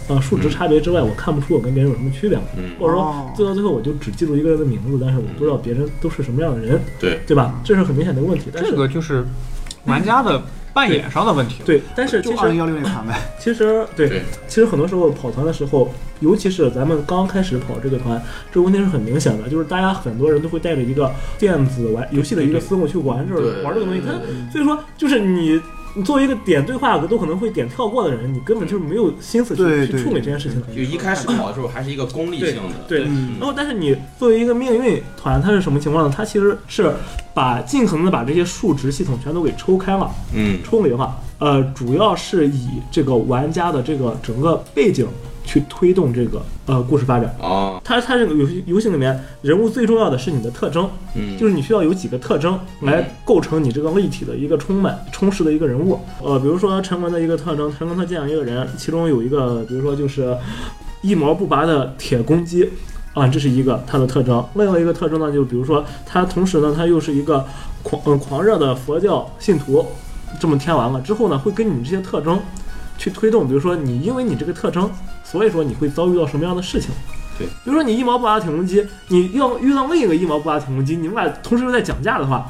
Speaker 1: 呃，数值差别之外，我看不出我跟别人有什么区别来。
Speaker 2: 嗯，
Speaker 1: 或者
Speaker 3: 哦
Speaker 1: 说做到最后我就只记住一个人的名字，但是我不知道别人都是什么样的人，
Speaker 2: 对，
Speaker 1: 对吧？这是很明显的一个问题。但是
Speaker 4: 这个就是玩家的扮演上的问题。
Speaker 1: 对，但是其
Speaker 3: 就二零
Speaker 1: 实
Speaker 3: 幺六那款呗。
Speaker 1: 其实对
Speaker 2: 对，
Speaker 1: 其实很多时候跑团的时候，尤其是咱们刚开始跑这个团，这个问题是很明显的，就是大家很多人都会带着一个电子玩游戏的一个思路去玩这
Speaker 2: 对
Speaker 1: 玩这个东西，
Speaker 2: 对
Speaker 1: 他
Speaker 2: 对对
Speaker 1: 所以说就是你。你作为一个点对话都可能会点跳过的人，你根本就是没有心思去
Speaker 3: 对
Speaker 1: 去
Speaker 3: 对
Speaker 1: 处理这件事情的。
Speaker 2: 就一开始跑的时候还是一个功利性的，
Speaker 1: 对，
Speaker 3: 嗯
Speaker 1: 然后但是你作为一个命运团，它是什么情况呢？它其实是把尽可能的把这些数值系统全都给抽开了、啊
Speaker 2: 嗯
Speaker 1: 抽离了。呃，主要是以这个玩家的这个整个背景去推动这个呃故事发展。
Speaker 2: 哦，
Speaker 1: 它它这个游戏游戏里面人物最重要的是你的特征，
Speaker 2: 嗯，
Speaker 1: 就是你需要有几个特征来构成你这个立体的一个充满充实的一个人物。呃，比如说陈文的一个特征，陈文他见了一个人，其中有一个，比如说就是一毛不拔的铁公鸡。啊，这是一个他的特征。另外一个特征呢，就比如说他同时呢，他又是一个狂呃狂热的佛教信徒。这么填完了之后呢，会根据你这些特征去推动，比如说你因为你这个特征，所以说你会遭遇到什么样的事情。比如说你一毛不拔的铁公鸡，你要遇到另一个一毛不拔的铁公鸡，你们俩同时又在讲价的话，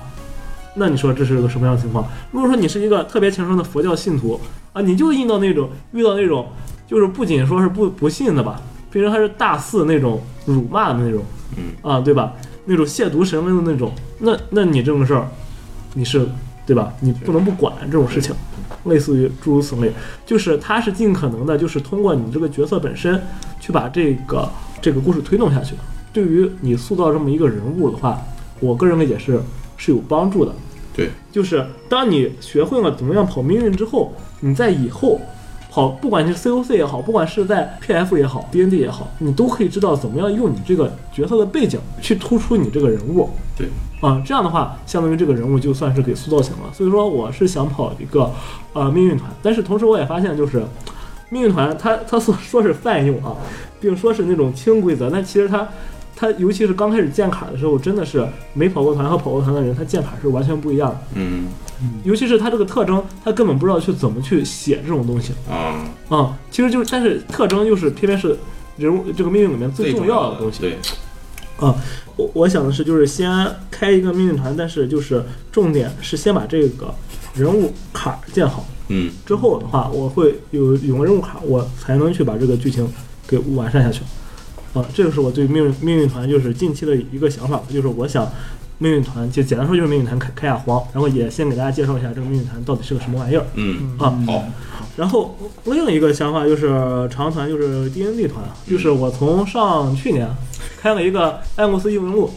Speaker 1: 那你说这是个什么样的情况？如果说你是一个特别虔诚的佛教信徒啊，你就遇到那种遇到那种就是不仅说是不不信的吧，并且还是大肆那种辱骂的那种，
Speaker 2: 嗯
Speaker 1: 啊，对吧？那种亵渎神威的那种，那那你这种事儿，你是对吧？你不能不管这种事情，类似于诸如此类，就是它是尽可能的，就是通过你这个角色本身去把这个这个故事推动下去。对于你塑造这么一个人物的话，我个人理解是是有帮助的。
Speaker 2: 对，
Speaker 1: 就是当你学会了怎么样跑命运之后，你在以后跑，不管是 COC 也好，不管是在 PF 也好，DND 也好，你都可以知道怎么样用你这个角色的背景去突出你这个人物。
Speaker 2: 对，
Speaker 1: 啊，这样的话，相当于这个人物就算是给塑造起来了。所以说，我是想跑一个呃命运团，但是同时我也发现，就是命运团它它说说是泛用啊，并说是那种轻规则，但其实它它尤其是刚开始建卡的时候，真的是没跑过团和跑过团的人，他建卡是完全不一样的。
Speaker 2: 嗯，
Speaker 1: 尤其是它这个特征，他根本不知道去怎么去写这种东西
Speaker 2: 啊，
Speaker 1: 啊、其实就是，但是特征又是偏偏是人物这个命运里面最重要的东西。
Speaker 2: 对，
Speaker 1: 我我想的是，就是先开一个命运团，但是就是重点是先把这个人物卡建好，
Speaker 2: 嗯，
Speaker 1: 之后的话，我会有有个任务卡，我才能去把这个剧情给完善下去。啊，这个是我对命运命运团就是近期的一个想法，就是我想命运团就简单说就是命运团开开下黄，然后也先给大家介绍一下这个命运团到底是个什么玩意儿
Speaker 2: 嗯，
Speaker 1: 啊。
Speaker 2: 好，
Speaker 1: 然后另一个想法就是长团，就是 D N D 团，啊就是我从上去年开了一个爱慕斯异闻录，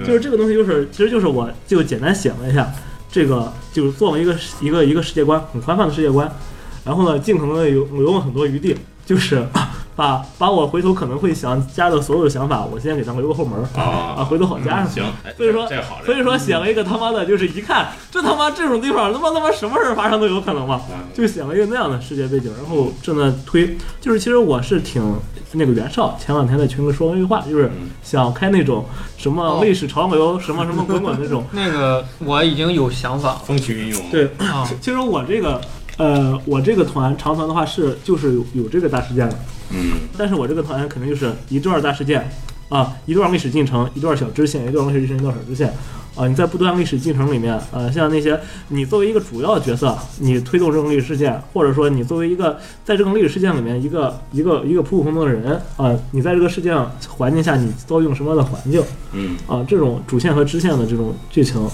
Speaker 1: 就是这个东西就是其实就是我就简单写了一下，这个就是做了一个一个一个世界观，很宽泛的世界观，然后呢尽可能的有留了很多余地，就是 把把我回头可能会想加的所有的想法，我先给它留个后门儿啊，
Speaker 2: 啊，
Speaker 1: 回头好加上去。
Speaker 2: 行，哎
Speaker 1: 所以说
Speaker 2: 这好，
Speaker 1: 所以说写了一个他妈的，就是一看这他妈这种地方他妈他妈什么事儿发生都有可能嘛，就写了一个那样的世界背景，然后正在推，就是其实我是挺那个袁绍前两天在群里说了一句话，就是
Speaker 2: 嗯
Speaker 1: 想开那种什么历史潮流什么什么滚滚那种，
Speaker 4: 那个我已经有想法了
Speaker 2: 风起云涌，，
Speaker 1: 对，
Speaker 4: 啊，
Speaker 1: 其实我这个。呃，我这个团长团的话是就是有有这个大事件的，
Speaker 2: 嗯，
Speaker 1: 但是我这个团肯定就是一段大事件啊，一段历史进程，一段小支线，一段历史进程，一段小支线。啊，你在不断历史进程里面，呃，像那些你作为一个主要角色，你推动这种历史事件，或者说你作为一个在这个历史事件里面一个一个一个普普通通的人，啊，你在这个事件环境下你遭遇了什么样的环境，
Speaker 2: 嗯，
Speaker 1: 啊，这种主线和支线的这种剧情，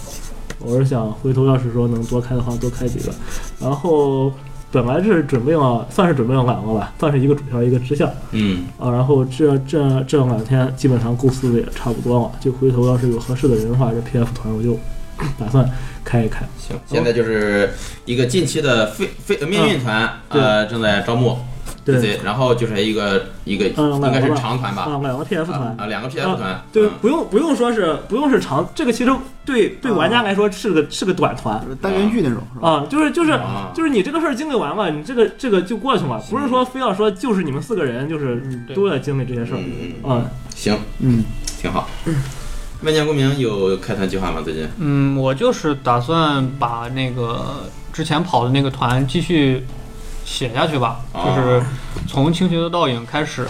Speaker 1: 我是想回头要是说能多开的话，多开几个。然后本来是准备了，算是准备了两个吧，算是一个主线一个支线
Speaker 2: 嗯，
Speaker 1: 啊。然后这这这两天基本上构思的也差不多了，就回头要是有合适的人的话，这 PF 团我就打算开一开。
Speaker 2: 行，现在就是一个近期的非非命运团，呃，正在招募，
Speaker 1: 啊对，，嗯
Speaker 2: 然后就是一个一个应该是长团吧，
Speaker 1: 啊，两个 PF 团。
Speaker 2: 啊，两个 PF 团，
Speaker 1: 对，不用不用说是不用是长，这个其实对对玩
Speaker 2: 啊
Speaker 1: 家来说是个是个短团，
Speaker 2: 嗯
Speaker 3: 就是单元剧那种是吧？
Speaker 1: 啊，就是就是、
Speaker 2: 啊嗯
Speaker 1: 就是你这个事儿经历完了，你这个这个就过去了，不是说非要说就是你们四个人就是
Speaker 3: 嗯
Speaker 4: 对
Speaker 1: 都在经历这些事儿。
Speaker 2: 嗯，
Speaker 1: 啊，
Speaker 2: 行，
Speaker 3: 嗯，
Speaker 2: 挺好。万家公民有开团计划吗？最近？
Speaker 4: 嗯，我就是打算把那个之前跑的那个团继续写下去吧，
Speaker 2: 哦
Speaker 4: 就是从《清学的倒影》开始，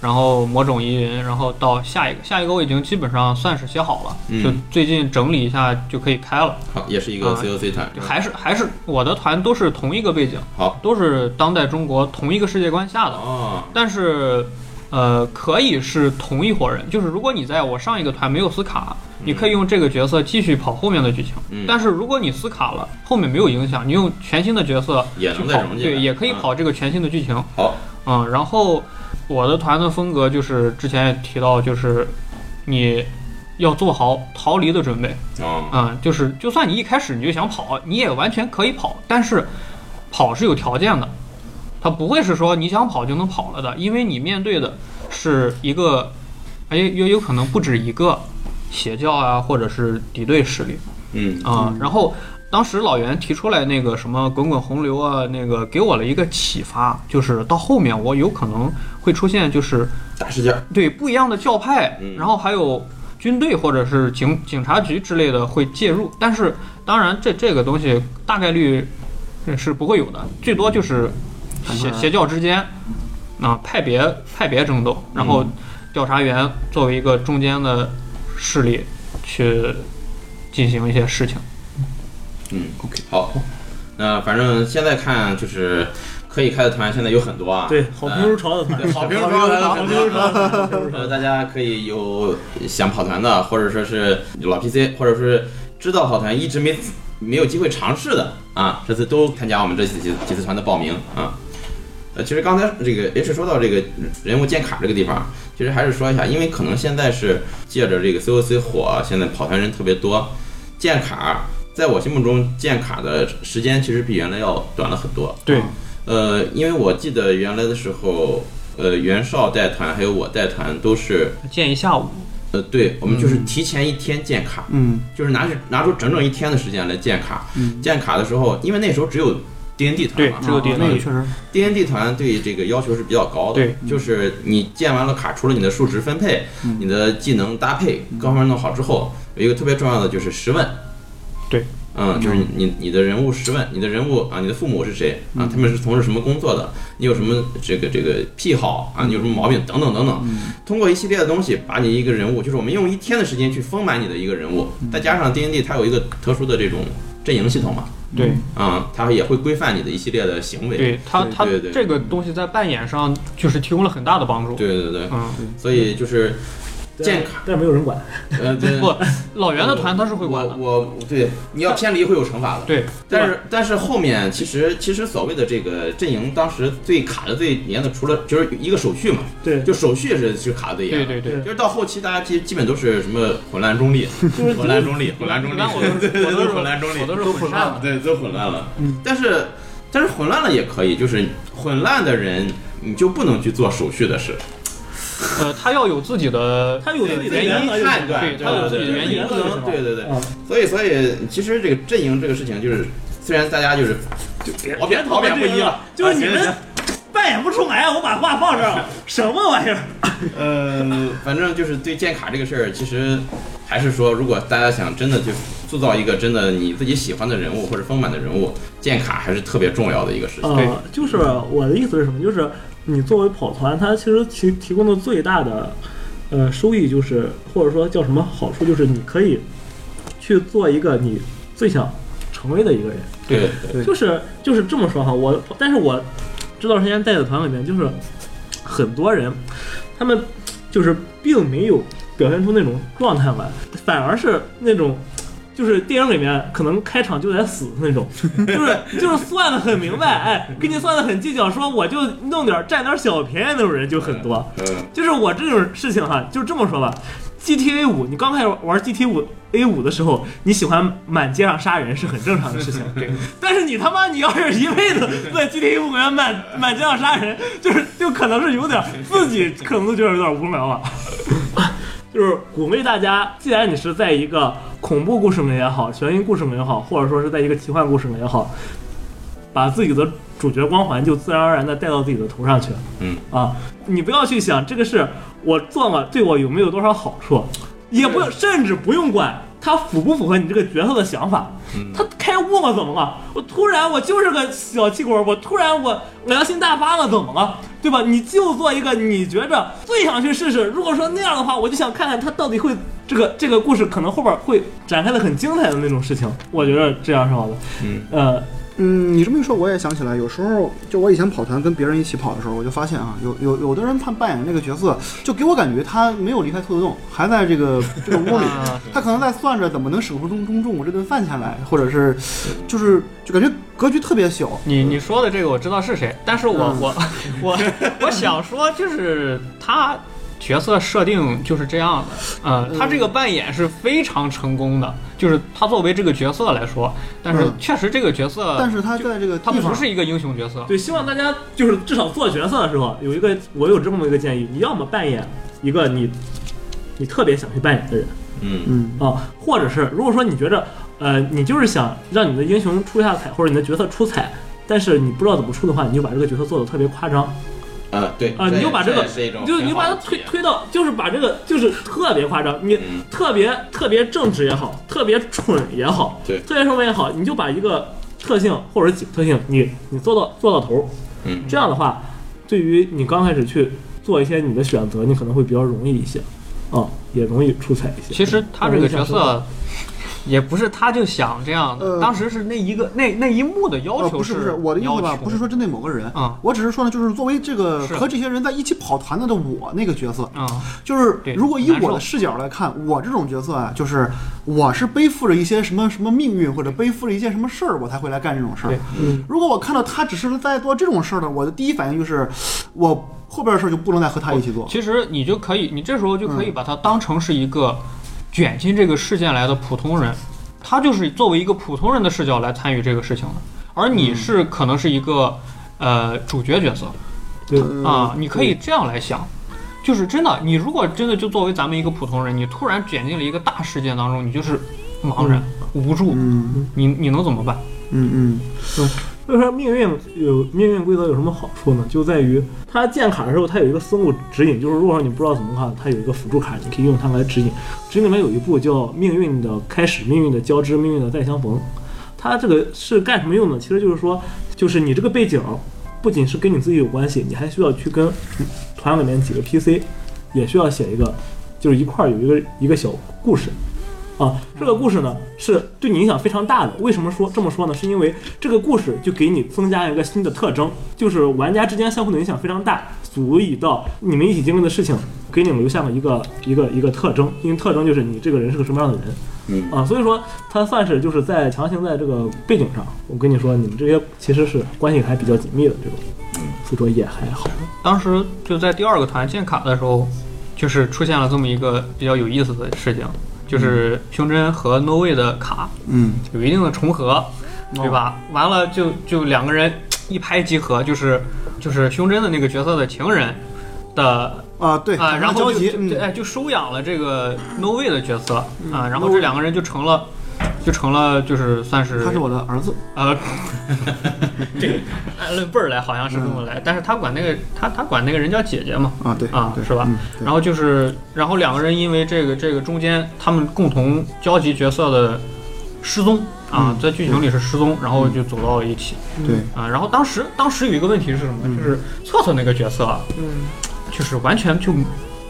Speaker 4: 然后《魔种疑云》，然后到下一个，下一个我已经基本上算是写好了，
Speaker 2: 嗯
Speaker 4: 就最近整理一下就可以开了。
Speaker 2: 好，也是一个
Speaker 4: 啊
Speaker 2: COC 团，是吧
Speaker 4: 还是还是我的团都是同一个背景，
Speaker 2: 嗯好
Speaker 4: 都是当代中国同一个世界观下的，
Speaker 2: 哦，
Speaker 4: 但是，呃，可以是同一伙人，就是如果你在我上一个团没有撕卡，你可以用这个角色继续跑后面的剧情。
Speaker 2: 嗯
Speaker 4: 但是如果你撕卡了，后面没有影响，你用全新的角色
Speaker 2: 也
Speaker 4: 去
Speaker 2: 能再
Speaker 4: 跑，
Speaker 2: 融进来，
Speaker 4: 对，也可以
Speaker 2: 嗯。
Speaker 4: 跑这个全新的剧情。
Speaker 2: 好，
Speaker 4: 嗯，然后我的团的风格就是之前也提到，就是你。要做好逃离的准备，
Speaker 2: 哦，
Speaker 4: 嗯，就是就算你一开始你就想跑，你也完全可以跑，但是跑是有条件的，它不会是说你想跑就能跑了的，因为你面对的是一个，哎，也有可能不止一个邪教啊，或者是敌对势力
Speaker 2: 嗯
Speaker 4: 啊、
Speaker 3: 嗯
Speaker 4: 然后当时老袁提出来那个什么滚滚洪流啊，那个给我了一个启发，就是到后面我有可能会出现就是
Speaker 2: 大事件，
Speaker 4: 对不一样的教派
Speaker 2: 嗯，
Speaker 4: 然后还有军队或者是警警察局之类的会介入，但是当然这这个东西大概率呃是不会有的，最多就是邪邪教之间啊派别派别争斗，然后调查员作为一个中间的势力去进行一些事情。
Speaker 2: 嗯好，那反正现在看就是可以开的团现在有很多啊，
Speaker 1: 对，好评如潮的团，
Speaker 2: 对好评如潮的团
Speaker 1: 好评如潮的团，好评如潮
Speaker 2: 呃，
Speaker 1: 的团
Speaker 2: 大家可以有想跑团的，或者说是老 PC，或者是知道跑团一直没没有机会尝试的啊，这次都参加我们这几次几次团的报名啊。呃，其实刚才这个 H 说到这个人物建卡这个地方，其实还是说一下，因为可能现在是借着这个 COC 火，啊现在跑团人特别多，建卡在我心目中建卡的时间其实比原来要短了很多。
Speaker 4: 对，
Speaker 2: 呃，因为我记得原来的时候，呃，袁绍带团还有我带团都是
Speaker 4: 建一下午，
Speaker 2: 呃，对，我们就是提前一天建卡，
Speaker 3: 嗯
Speaker 2: 就是拿去拿出整整一天的时间来建卡。
Speaker 3: 嗯
Speaker 2: 建卡的时候，因为那时候只有 D N D 团
Speaker 4: 对
Speaker 2: 嘛
Speaker 4: 只有
Speaker 3: 啊
Speaker 4: 电
Speaker 3: 那个
Speaker 4: 力
Speaker 3: 确实，
Speaker 2: ，D N D 团对这个要求是比较高的，
Speaker 4: 对，
Speaker 2: 就是你建完了卡，除了你的数值分配、
Speaker 3: 嗯
Speaker 2: 你的技能搭配各方面弄好之后，有一个特别重要的就是十问。
Speaker 4: 对，
Speaker 2: 嗯，就是你你的人物十问，你的人物啊，你的父母是谁啊？他们是从事什么工作的？你有什么这个这个癖好啊？你有什么毛病等等等等。通过一系列的东西，把你一个人物，就是我们用一天的时间去丰满你的一个人物，再加上 D N D 它有一个特殊的这种阵营系统嘛，
Speaker 4: 对。
Speaker 3: 嗯
Speaker 2: 啊、它也会规范你的一系列的行为。
Speaker 4: 对他，
Speaker 3: 对
Speaker 4: 他
Speaker 2: 对对
Speaker 4: 这个东西在扮演上就是提供了很大的帮助。
Speaker 2: 对对对，
Speaker 4: 嗯，
Speaker 2: 所以就是
Speaker 1: 对
Speaker 2: 建卡，
Speaker 1: 但是没有人管。
Speaker 2: 呃，对，
Speaker 4: 不，老袁的团他是会管
Speaker 2: 我
Speaker 4: 的。
Speaker 2: 我对你要偏离会有惩罚的。
Speaker 4: 对，
Speaker 2: 但是但是后面其实其实所谓的这个阵营，当时最卡的最严的，除了就是一个手续嘛，
Speaker 1: 对，
Speaker 2: 就手续是是卡的最严
Speaker 4: 对
Speaker 2: 的。
Speaker 4: 对对，
Speaker 2: 就是到后期，大家基基本都是什么混乱中 立，
Speaker 1: 是
Speaker 2: 混乱中立，混乱中
Speaker 4: 一
Speaker 2: 立
Speaker 4: 般，我都
Speaker 2: 对
Speaker 4: 是
Speaker 2: 对
Speaker 4: 我
Speaker 2: 对，
Speaker 4: 都
Speaker 2: 都
Speaker 4: 是
Speaker 2: 是混乱中立
Speaker 4: 我，都是混乱的。
Speaker 2: 对，都混乱了。
Speaker 1: 嗯，
Speaker 2: 但是但是混乱了也可以，就是混乱的人，你就不能去做手续的事。
Speaker 4: 呃，他要有自己 的，
Speaker 1: 他有自己的
Speaker 2: 原因判断，
Speaker 4: 对
Speaker 2: 对
Speaker 4: 他有自己的原因
Speaker 2: 不能对对对。
Speaker 1: 啊，
Speaker 2: 所以所以其实这个阵营这个事情，就是虽然大家就是我别讨厌不一了，
Speaker 1: 就是你
Speaker 2: 啊行
Speaker 1: 们
Speaker 2: 行
Speaker 1: 扮演不出来，我把话放这 儿了，什么玩意儿？
Speaker 2: 呃，反正就是对建卡这个事儿，其实还是说，如果大家想真的去塑造一个真的你自己喜欢的人物或者丰满的人物，建卡还是特别重要的一个事情。
Speaker 4: 对
Speaker 1: 呃，就是我的意思是什么？就是你作为跑团，它其实提提供的最大的呃收益就是，或者说叫什么好处，就是你可以去做一个你最想成为的一个人。
Speaker 2: 对对对
Speaker 3: 对
Speaker 1: 就是就是这么说哈，我但是我知道之前带的团里面，就是很多人他们就是并没有表现出那种状态来，反而是那种。就是电影里面可能开场就得死那种，就是就是算的很明白，哎，给你算的很计较，说我就弄点儿占点儿小便宜那种人就很多。
Speaker 2: 嗯，
Speaker 1: 就是我这种事情哈，就这么说吧。GTA 五，你刚开始玩 GTA 五 A 五的时候，你喜欢满街上杀人是很正常的事情。对，但是你他妈你要是一辈子在 GTA 五里面满满街上杀人，就是就可能是有点自己可能都觉得有点无聊了。啊 就是鼓励大家，既然你是在一个恐怖故事里也好，悬疑故事里也好，或者说是在一个奇幻故事里也好，把自己的主角光环就自然而然的带到自己的头上去。
Speaker 2: 嗯
Speaker 1: 啊，你不要去想这个事我做了对我有没有多少好处，也不甚至不用管它符不符合你这个角色的想法。他开悟了怎么了？我突然我就是个小气鬼儿，我突然我良心大发了怎么了？对吧？你就做一个你觉着最想去试试。如果说那样的话，我就想看看他到底会这个这个故事可能后边会展开的很精彩的那种事情。我觉得这样是好的。
Speaker 2: 嗯，
Speaker 1: 呃，
Speaker 3: 嗯，你这么一说，我也想起来，有时候就我以前跑团跟别人一起跑的时候，我就发现啊，有有有的人他扮演那个角色，就给我感觉他没有离开兔子洞，还在这个这个屋里，
Speaker 4: 啊
Speaker 3: 他可能在算着怎么能省出中中中午这顿饭钱来，或者是就是就感觉格局特别小。
Speaker 4: 你你说的这个我知道是谁，但是我
Speaker 3: 嗯
Speaker 4: 我我我想说，就是他角色设定就是这样的，呃，他这个扮演是非常成功的，就是他作为这个角色来说，但是
Speaker 3: 嗯
Speaker 4: 确实这个角色，
Speaker 3: 但是他在这个
Speaker 4: 呃他
Speaker 3: 地
Speaker 4: 不
Speaker 3: 方，
Speaker 4: 是一个英雄角色，
Speaker 1: 对，希望大家就是至少做角色的时候，有一个我有这么一个建议，你要么扮演一个你你特别想去扮演的人
Speaker 2: 嗯
Speaker 3: 嗯
Speaker 1: 啊，或者是如果说你觉着呃你就是想让你的英雄出一下彩，或者你的角色出彩。但是你不知道怎么出的话，你就把这个角色做的特别夸张，
Speaker 2: 啊，对
Speaker 1: 啊你就把这个
Speaker 2: 也是一种
Speaker 1: 你就你就
Speaker 2: 挺好
Speaker 1: 把
Speaker 2: 的
Speaker 1: 它推
Speaker 2: 体验
Speaker 1: 推到，就是把这个就是特别夸张，你
Speaker 2: 嗯
Speaker 1: 特别特别正直也好，特别蠢也好，
Speaker 2: 对
Speaker 1: 特别什么也好，你就把一个特性或者几个特性，你你做到做到头儿，
Speaker 2: 嗯
Speaker 1: 这样的话，对于你刚开始去做一些你的选择，你可能会比较容易一些，啊，也容易出彩一些。
Speaker 4: 其实他这个角色。也不是，他就想这样的。
Speaker 3: 呃
Speaker 4: 当时是那一个那那一幕的要
Speaker 3: 呃，
Speaker 4: 求
Speaker 3: 不是不是，我的意
Speaker 4: 要
Speaker 3: 思吧，
Speaker 4: 求
Speaker 3: 不是说针对某个人
Speaker 4: 啊
Speaker 3: 我只是说呢，就是作为这个
Speaker 4: 是
Speaker 3: 和这些人在一起跑团子的我那个角色，
Speaker 4: 啊、
Speaker 3: 就是
Speaker 4: 对
Speaker 3: 如果以
Speaker 4: 难受
Speaker 3: 我的视角来看，我这种角色啊，就是我是背负着一些什么什么命运，或者背负着一件什么事儿，我才会来干这种事儿
Speaker 4: 对。
Speaker 1: 嗯
Speaker 3: 如果我看到他只是在做这种事儿呢，我的第一反应就是，我后边的事儿就不能再和他一起做。
Speaker 4: 其实你就可以，你这时候就可以
Speaker 3: 嗯
Speaker 4: 把他当成是一个卷进这个事件来的普通人，他就是作为一个普通人的视角来参与这个事情的，而
Speaker 3: 嗯
Speaker 4: 你是可能是一个呃主角角色
Speaker 1: 对
Speaker 3: 嗯
Speaker 4: 啊，你可以这样来想。就是真的，你如果真的就作为咱们一个普通人，你突然卷进了一个大事件当中，你就是茫然无助，
Speaker 3: 嗯
Speaker 4: 你你能怎么办？
Speaker 3: 嗯嗯，
Speaker 1: 所以说命运有命运规则有什么好处呢？就在于它建卡的时候，它有一个思路指引，就是如果说你不知道怎么看，它有一个辅助卡，你可以用它来指引。指引里面有一步叫《命运的开始》《命运的交织》《命运的再相逢》，它这个是干什么用的？其实就是说，就是你这个背景不仅是跟你自己有关系，你还需要去跟团里面几个 PC 也需要写一个，就是一块儿有一个一个小故事。啊，这个故事呢是对你影响非常大的。为什么说这么说呢？是因为这个故事就给你增加一个新的特征，就是玩家之间相互的影响非常大，足以到你们一起经历的事情给你们留下了一个一个一个特征，因为特征就是你这个人是个什么样的人。
Speaker 2: 嗯
Speaker 1: 啊，所以说它算是就是在强行在这个背景上，我跟你说，你们这些其实是关系还比较紧密的这种，附着也还好。
Speaker 4: 当时就在第二个团建卡的时候，就是出现了这么一个比较有意思的事情，就是胸针和 No Way 的卡
Speaker 3: 嗯，
Speaker 4: 有一定的重
Speaker 3: 哦
Speaker 4: 合，对吧？完了就就两个人一拍即合，就是就是胸针的那个角色的情人的
Speaker 3: 啊对，
Speaker 4: 啊、然后
Speaker 3: 交
Speaker 4: 就
Speaker 3: 集，
Speaker 4: 就就
Speaker 3: 嗯
Speaker 4: 哎就收养了这个 No Way 的角色啊、然后这两个人就成了就成了就是算是
Speaker 3: 他是我的儿子，
Speaker 4: 呃，这个按论辈儿来好像是这么
Speaker 3: 嗯
Speaker 4: 来，但是他管那个他他管那个人叫姐姐嘛。
Speaker 3: 啊，对
Speaker 4: 啊
Speaker 3: 对
Speaker 4: 是吧
Speaker 3: 嗯对
Speaker 4: 然后就是，然后两个人因为这个这个中间他们共同交集角色的失踪啊，
Speaker 3: 嗯
Speaker 4: 在剧情里是失踪，然后就走到了一起
Speaker 3: 对，
Speaker 4: 啊。然后当时当时有一个问题是什么？
Speaker 3: 嗯
Speaker 4: 就是策策那个角色啊，
Speaker 1: 嗯
Speaker 4: 就是完全就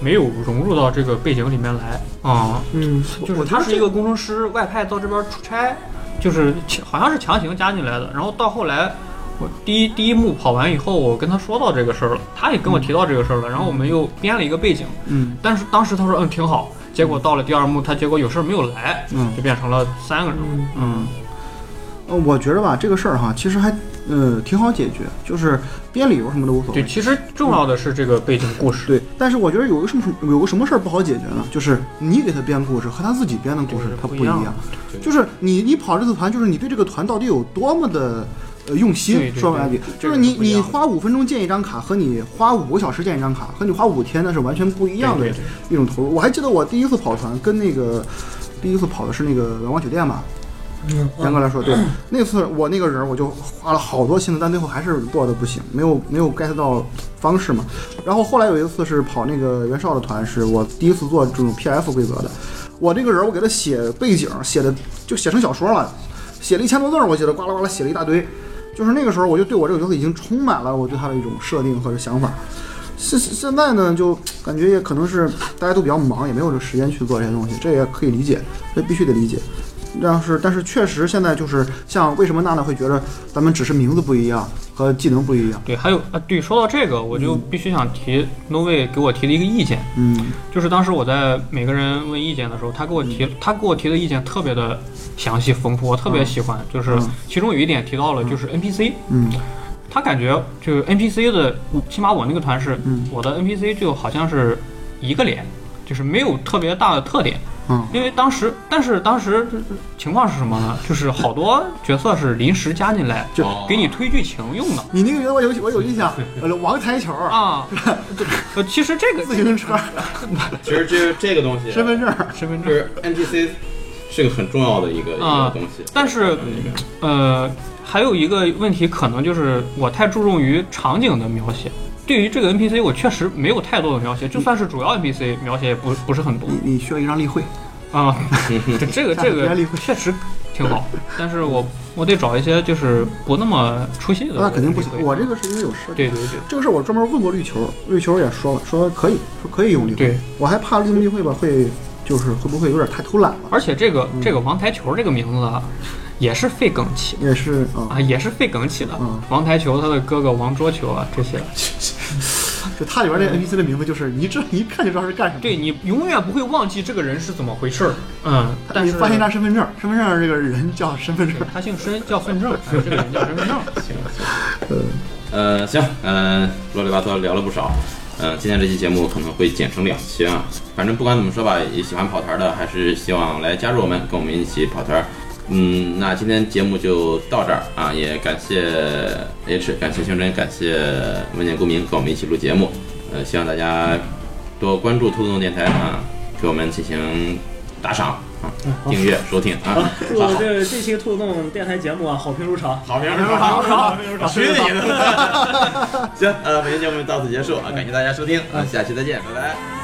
Speaker 4: 没有融入到这个背景里面来啊，
Speaker 1: 嗯，
Speaker 4: 就
Speaker 3: 我觉得
Speaker 4: 是他是
Speaker 3: 这
Speaker 4: 一个工程师，外派到这边出差，就是强好像是强行加进来的。然后到后来，我第一第一幕跑完以后，我跟他说到这个事儿了，他也跟我提到这个事儿了，然后我们又编了一个背景。
Speaker 3: 嗯
Speaker 4: 但是当时他说嗯挺好，结果到了第二幕，他结果有事儿没有来，
Speaker 3: 嗯
Speaker 4: 就变成了三个人。
Speaker 1: 嗯
Speaker 4: 嗯，
Speaker 3: 呃，我觉得吧，这个事儿哈，其实还呃挺好解决，就是编理由什么都无所
Speaker 4: 对，
Speaker 3: 谓。
Speaker 4: 其实重要的是这个背景故事。
Speaker 3: 对，但是我觉得有个什么有个什么事儿不好解决呢？就是你给他编故事和他自己编的故事
Speaker 4: 对
Speaker 3: 他
Speaker 4: 不
Speaker 3: 不
Speaker 4: 一
Speaker 3: 一
Speaker 4: 样
Speaker 3: 样，就是你你跑这次团，就是你对这个团到底有多么的。呃，用
Speaker 4: 对
Speaker 3: 心
Speaker 4: 对
Speaker 3: 说白了
Speaker 4: 对，
Speaker 3: 就
Speaker 4: 这个
Speaker 3: 是你
Speaker 4: 是不一
Speaker 3: 你
Speaker 4: 样的
Speaker 3: 花五分钟建一张卡，和你花五个小时建一张卡，和你花五天那是完全不一样的
Speaker 4: 对对
Speaker 3: 一种投入。我还记得我第一次跑团跟那个第一次跑的是那个阳光酒店吧，严格来说，对，那次我那个人我就花了好多心思，但最后还是做的不行，没有没有 get 到方式嘛。然后后来有一次是跑那个袁绍的团，是我第一次做这种 PF 规则的。我这个人我给他写背景，写的就写成小说了，写了一千多字儿，我觉得呱啦呱啦写了一大堆。就是那个时候，我就对我这个角色已经充满了我对他的一种设定和想法。现现在呢，就感觉也可能是大家都比较忙，也没有这时间去做这些东西，这也可以理解，这必须得理解。但是但是确实现在就是像为什么娜娜会觉得咱们只是名字不一样和技能不一样，
Speaker 4: 对，还有啊，对，说到这个，我就必须想提 No Way 给我提的一个意见，
Speaker 3: 嗯
Speaker 4: 就是当时我在每个人问意见的时候，他给我提，他给我提的意见特别的详细丰富，我特别喜欢。就是
Speaker 3: 嗯
Speaker 4: 其中有一点提到了，就是 NPC，、
Speaker 3: 嗯
Speaker 4: 他感觉就是 NPC 的，起码我那个团是，
Speaker 3: 嗯
Speaker 4: 我的 NPC 就好像是一个脸，就是没有特别大的特点，
Speaker 3: 嗯
Speaker 4: 因为当时，但是当时情况是什么呢？就是好多角色是临时加进来，
Speaker 2: 就
Speaker 4: 给你推剧情用的
Speaker 3: 你那个角色我有我有印 象，呃，王台球、
Speaker 4: 啊。 呃，其实这个
Speaker 3: 自行 车、
Speaker 2: 其实这这个东西，
Speaker 3: 身份证，
Speaker 4: 身份
Speaker 2: 就，是 NGC 是个很重要的一个、
Speaker 4: 啊
Speaker 2: 一个东西。
Speaker 4: 但是
Speaker 2: 那个
Speaker 4: 呃，还有一个问题，可能就是我太注重于场景的描写。对于这个 NPC，我确实没有太多的描写，就算是主要 NPC 描写也不不是很多
Speaker 3: 你你需要一张例会，
Speaker 4: 啊。 这这个
Speaker 3: 下次
Speaker 4: 这
Speaker 3: 不要
Speaker 4: 个
Speaker 3: 例会，
Speaker 4: 确实挺好，但是我我得找一些就是不那么出戏的。
Speaker 3: 那肯定不行
Speaker 4: 对。
Speaker 3: 我这个是因为有事儿。
Speaker 4: 对对对
Speaker 3: 这个事儿我专门问过绿球，绿球也说了，说可以，说可以用例会。
Speaker 4: 对，
Speaker 3: 我还怕用例会吧，会就是会不会有点太偷懒了？
Speaker 4: 而且这个
Speaker 3: 嗯
Speaker 4: 这个王台球这个名字啊，也是费梗起
Speaker 3: 也是啊
Speaker 4: 啊，，也是费梗起的
Speaker 3: 嗯。
Speaker 4: 王台球他的哥哥王桌球啊，这些，
Speaker 3: 就它里边那 NPC 的名字，就是你这你一看就知道是干什么。
Speaker 4: 哎对你永远不会忘记这个人是怎么回事儿。嗯，但
Speaker 3: 你
Speaker 4: 是
Speaker 3: 发现一张身份证，身份证上这个人叫身份证
Speaker 4: 对。他姓申叫份证，还有这个人叫身份证。
Speaker 2: 呃，行，呃，啰里吧嗦聊了不少。呃，今天这期节目可能会剪成两期啊。反正不管怎么说吧，也喜欢跑团的还是希望来加入我们，跟我们一起跑团。嗯，那今天节目就到这儿啊，也感谢 H，感谢胸针，感谢文件顾明跟我们一起录节目。呃，希望大家多关注兔子洞电台啊，给我们进行打赏啊、订阅、收听啊。
Speaker 1: 祝
Speaker 2: 好，
Speaker 1: 这这期兔洞电台节目啊，好评如潮。
Speaker 2: 好评如潮，好评如潮，去你 的！行，呃，本期节目就到此结束啊，感谢大家收听，啊，下期再见，拜拜。
Speaker 5: I